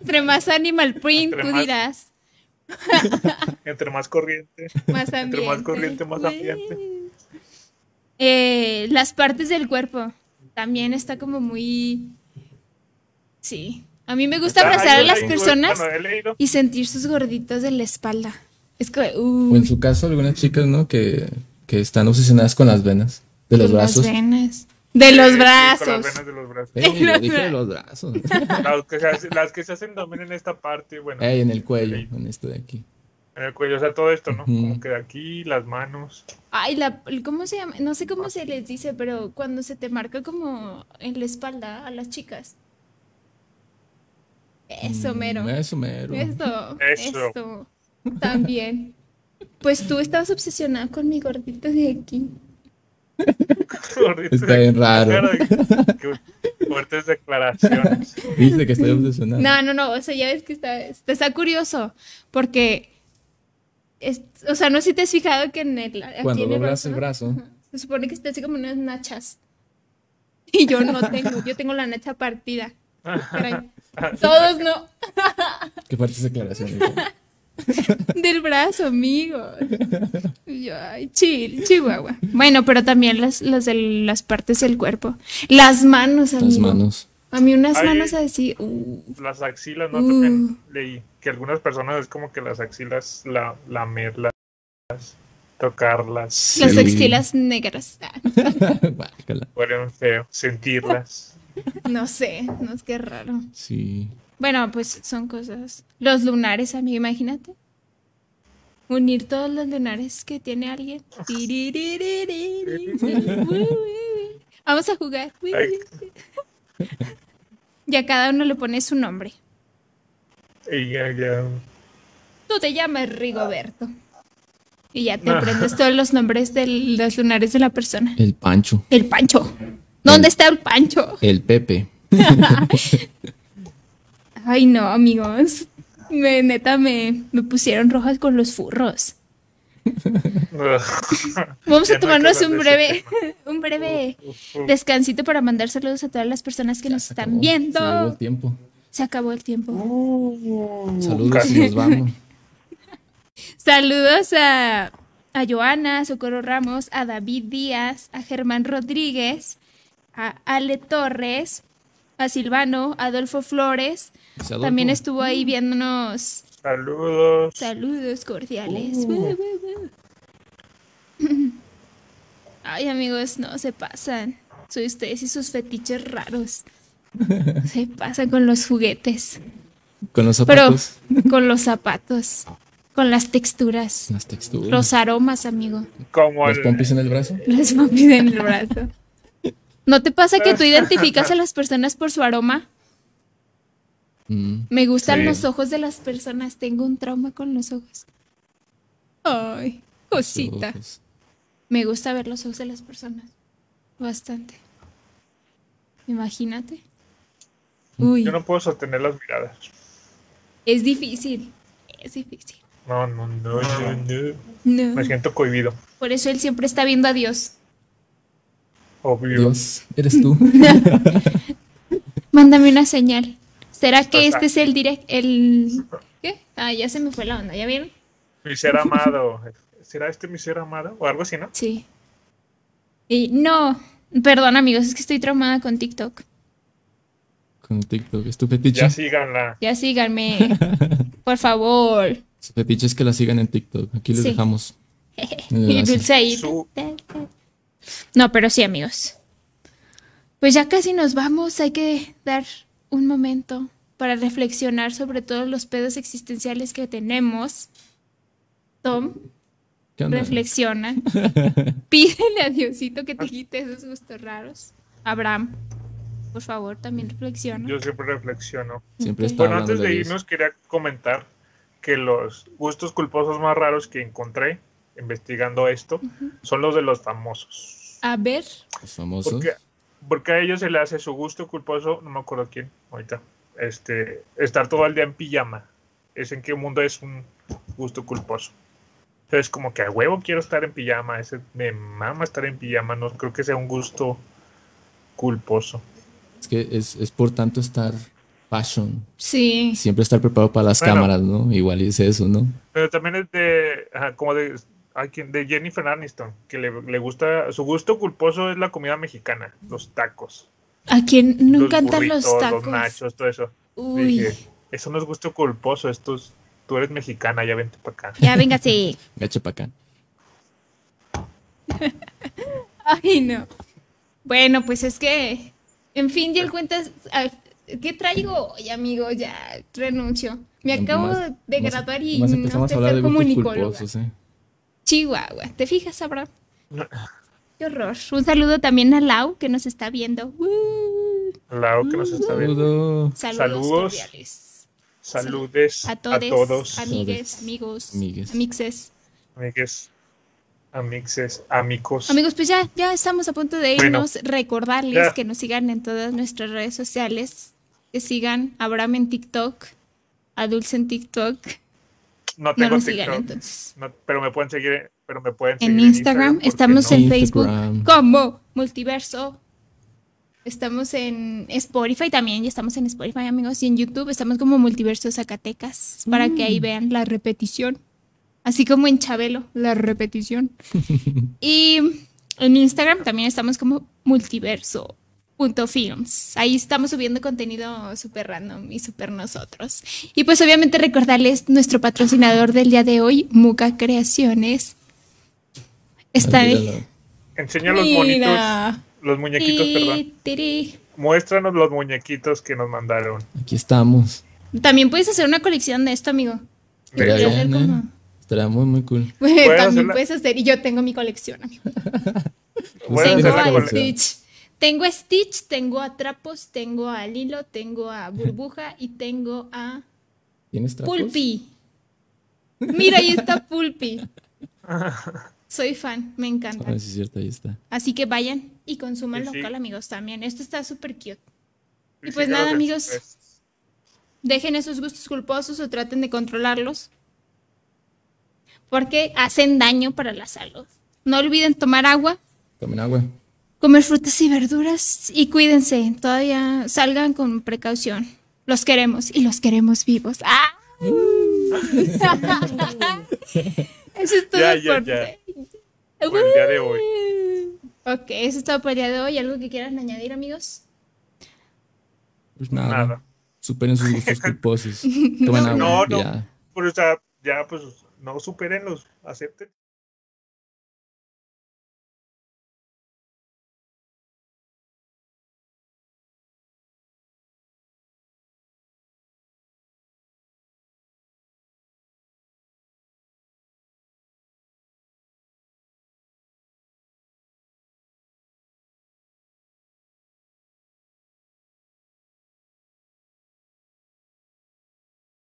A: entre más animal print,
C: Entre
A: tú
C: más-
A: dirás.
C: entre más corriente.
A: Más ambiente.
C: Entre más corriente, más ambiente.
A: Eh, las partes del cuerpo. También está como muy. Sí. A mí me gusta
C: Está-
A: abrazar a
C: hay-
A: las
C: hay-
A: personas
C: bueno, he leído.
A: y sentir sus gorditos de la espalda. Es como.
B: O
A: Uh,
B: en su caso, algunas chicas, ¿no? Que, que están obsesionadas con las venas de los
A: con las
B: brazos.
A: venas. De
C: Sí,
A: los
C: sí, Con
A: brazos. Eh.
C: las venas de los brazos.
B: *laughs* Ey,
A: Los
B: lo dije de
A: bra- *laughs*
B: los brazos.
C: Las que, se hacen, las que se hacen también en esta parte, bueno,
B: Ey, en el cuello,
C: Sí.
B: en esto de aquí.
C: en el cuello, o sea, todo esto, ¿no?
B: Ujú.
C: Como que de aquí, las manos. *laughs*
A: Ay, la, el- ¿cómo se llama? No sé cómo se les dice, pero cuando se te marca como en la espalda a las chicas. Eso,
B: Mm,
A: mero.
B: Eso, mero.
A: Esto,
C: Eso.
A: esto. También. Pues tú estabas obsesionada con mi gordito de aquí.
C: Gordito,
B: Está bien raro.
C: claro, qué Fuertes declaraciones.
B: *laughs* Dice que estoy obsesionado.
A: No, no, no. O sea, ya ves que está, está, está curioso. Porque. es- o sea, no sé si te has fijado que en el. aquí
B: Cuando
A: en el
B: doblas el brazo.
A: ajá, Se supone que está así como unas nachas. *laughs* Y yo no tengo. Yo tengo la nacha partida. Caray. Todos no.
B: Qué
A: *laughs*
B: fuertes declaraciones.
A: Del brazo, amigo. Y yo, ay, chill, chihuahua. Bueno, pero también las, las de las partes del cuerpo. Las manos, amigo.
B: Las manos.
A: A mí unas
C: Ay.
A: manos así. uh,
C: Las axilas, ¿no?
A: Uh.
C: También leí que algunas personas es como que las axilas, la, lamerlas, tocarlas,
A: las
B: Sí.
A: textilas negras. Ah,
B: *laughs* Guácala.
C: huelen feo, sentirlas.
A: No sé, no es que raro.
B: Sí.
A: Bueno, pues son cosas. Los lunares, amigo, imagínate. Unir todos los lunares que tiene alguien. Tiriririririri. Uy, uy, uy. Vamos a jugar. Uy,
C: Ay.
A: uy, *laughs* uy. Y a cada uno le pone su nombre.
C: Y ya, ya.
A: Tú te llamas Rigoberto. Y ya te
C: Ah.
A: aprendes todos los nombres de los lunares de la persona.
B: El Pancho.
A: El Pancho. ¿Dónde está el Pancho?
B: El Pepe.
A: Ay, no, amigos. Me, neta, me, me pusieron rojas con los furros. Vamos a tomarnos un breve, *laughs* un breve descansito para mandar saludos a todas las personas que nos están
B: acabó,
A: viendo.
B: Se acabó el tiempo.
A: Se acabó el tiempo.
C: Uh,
B: Saludos
C: casi.
B: y
A: *laughs*
B: nos vamos.
A: Saludos a, a Joana, Socorro Ramos, a David Díaz, a Germán Rodríguez, a Ale Torres, a Silvano, a Adolfo Flores.
B: Dice, Adolfo,
A: También estuvo ahí viéndonos.
C: *laughs* Saludos.
A: Saludos cordiales.
C: Uh.
A: Buh, buh, buh. *laughs* Ay, amigos, no se pasan. Soy ustedes y sus fetiches
C: *laughs*
A: raros. Se pasan con los juguetes,
B: Con los
A: pero-
B: zapatos,
A: con los zapatos, con las texturas,
B: las texturas,
A: los aromas, amigo.
C: Como
B: los
C: el-
B: pompis en el brazo.
C: *laughs*
A: Las pompis en el brazo. ¿No te pasa que tú identificas a las personas por su aroma?
B: Mm.
A: Me gustan
C: Sí.
A: los ojos de las personas. Tengo un trauma con los ojos. Ay, cosita.
B: Ojos.
A: Me gusta ver los ojos de las personas. Bastante. Imagínate. Uy,
C: Yo no puedo sostener las miradas.
A: es difícil. Es difícil.
C: No, no, no, no, no.
A: No.
C: Me siento cohibido.
A: Por eso él siempre está viendo a Dios.
C: Obvio.
B: Dios,
A: *laughs*
B: eres tú.
A: Mándame una señal. ¿Será que
C: Ajá.
A: este es el direct? El... ¿Qué? Ah, ya se me fue la onda. ¿Ya vieron?
C: Mi ser amado. ¿Será este mi ser amado? O algo así, ¿no?
A: Sí. Y no. Perdón, amigos, es que estoy traumada con TikTok.
B: Con TikTok. Es tu fetiche.
C: Ya síganla.
A: Ya síganme.
C: *laughs*
A: Por favor.
B: Su fetiche es que la sigan en TikTok. Aquí les
A: Sí.
B: dejamos. el
A: *laughs* Y
B: enlace.
A: Dulce ahí.
C: Su-
A: No, pero sí, amigos. Pues ya casi nos vamos. Hay que dar un momento para reflexionar sobre todos los pedos existenciales que tenemos. Tom,
B: ¿Qué onda?
A: reflexiona. Pídele a Diosito que te quite esos gustos raros. Abraham, por favor, también reflexiona.
C: Yo siempre reflexiono.
B: Siempre
A: Ok.
B: está
C: Bueno,
B: hablando
C: antes de
B: Dios.
C: irnos quería comentar que los gustos culposos más raros que encontré investigando esto son los de los famosos.
A: A ver,
B: Los famosos.
C: Porque, porque a ellos se le hace su gusto culposo, no me acuerdo quién, ahorita, este, estar todo el día en pijama. Es en qué mundo es un gusto culposo. Entonces, como que a huevo quiero estar en pijama, ese me mama estar en pijama, no creo que sea un gusto culposo.
B: Es que es, es por tanto estar fashion.
A: sí.
B: Siempre estar preparado para las
C: Bueno.
B: cámaras, ¿no? Igual es eso, ¿no?
C: Pero también es de, ajá, como de, a quien- de Jennifer Aniston, que le, le gusta, su gusto culposo es la comida mexicana, los tacos.
A: ¿A quién no
C: los
A: encantan los,
C: burritos,
A: tacos?
C: Los nachos, todo eso.
A: Uy,
C: Dije, eso no es gusto culposo, esto es- tú eres mexicana, ya vente para acá.
A: ya véngase.
B: Gacha pa' acá.
A: *laughs* Ay, no. Bueno, pues es que, en fin, ya el cuentas, ah, ¿qué traigo hoy, amigo? Ya renuncio. Me acabo
B: Más-
A: de
B: más-
A: graduar y
B: más
A: no
B: empezamos
A: sé
B: a hablar
A: ser
B: de gustos
A: comunicóloga.
B: culposos, ¿eh?
A: Chihuahua, ¿te fijas, Abraham?
C: No.
A: Qué horror. Un saludo también a Lau, que nos está viendo. ¡Woo!
C: La que nos está viendo.
B: Saludos,
A: Saludos,
C: Saludos.
A: cordiales.
C: Saludes
A: A
C: a
A: todos,
C: todos,
A: amigues,
B: Todes.
A: amigos,
B: Amigues.
A: amixes.
C: amigues, amixes, amigos.
A: Amigos, pues ya, ya estamos a punto de irnos. Recordarles
C: Ya.
A: que nos sigan en todas nuestras redes sociales. Que sigan a Abraham en TikTok, a Dulce en TikTok.
C: No
A: No
C: tengo
A: nos sigan
C: TikTok,
A: entonces.
C: no- pero me pueden seguir, pero me pueden seguir
A: En Instagram,
C: porque
A: estamos
C: no-
A: en
B: Instagram.
A: Facebook como Multiverso. Estamos en Spotify también, ya estamos en Spotify, amigos. Y en YouTube estamos como Multiverso Zacatecas, para que ahí vean la repetición. Así como en Chabelo, la repetición. Y en Instagram también estamos como multiverso.films. Ahí estamos subiendo contenido súper random y súper nosotros. Y pues obviamente recordarles nuestro patrocinador del día de hoy, Muca Creaciones. Está ahí.
B: Olvídalo.
C: Enseña los monitos, los muñequitos, perdón.
A: Ti, tiri.
C: Muéstranos los muñequitos que nos mandaron.
B: Aquí estamos.
A: También puedes hacer una colección de esto, amigo. *laughs*
C: De-
B: Estaría
A: Estaría
B: bien,
A: bien,
B: ¿eh?
A: ¿cómo?
B: Estaría muy, muy cool.
A: También
C: hacerla-
A: puedes hacer, y yo tengo mi colección, amigo.
C: Voy
A: Tengo
B: Bueno,
C: a hacer la
B: será
A: a
B: como el-
C: colección.
A: Stitch. Tengo a Stitch, tengo a Trapos, tengo a Lilo, tengo a Burbuja y tengo a
B: ¿Tienes trapos?
A: Pulpi. Mira, ahí está Pulpi. Soy fan, me
B: Ah,
A: encanta.
B: sí, es cierto, ahí está.
A: Así que vayan y consuman
C: Sí, sí.
A: local, amigos, también. Esto está súper cute. Y
C: Sí,
A: pues
C: síganos
A: nada,
C: en
A: amigos.
C: sus redes.
A: Dejen esos gustos culposos o traten de controlarlos. porque hacen daño para la salud. No olviden tomar agua,
B: Tomen agua.
A: comer frutas y verduras y cuídense. Todavía salgan con precaución. Los queremos y los queremos vivos. ¡Ah! Eso es todo
C: Ya, ya,
A: por-
C: ya. Por el día de hoy.
A: Ok, eso es todo por el día de hoy. ¿Algo que quieran añadir, amigos?
B: Pues nada.
C: Nada.
B: Superen sus gustos culposos. Tomen
A: No,
B: agua.
C: no, no.
B: y ya.
C: Pues, o sea, ya, pues, no supérenlos, acepten.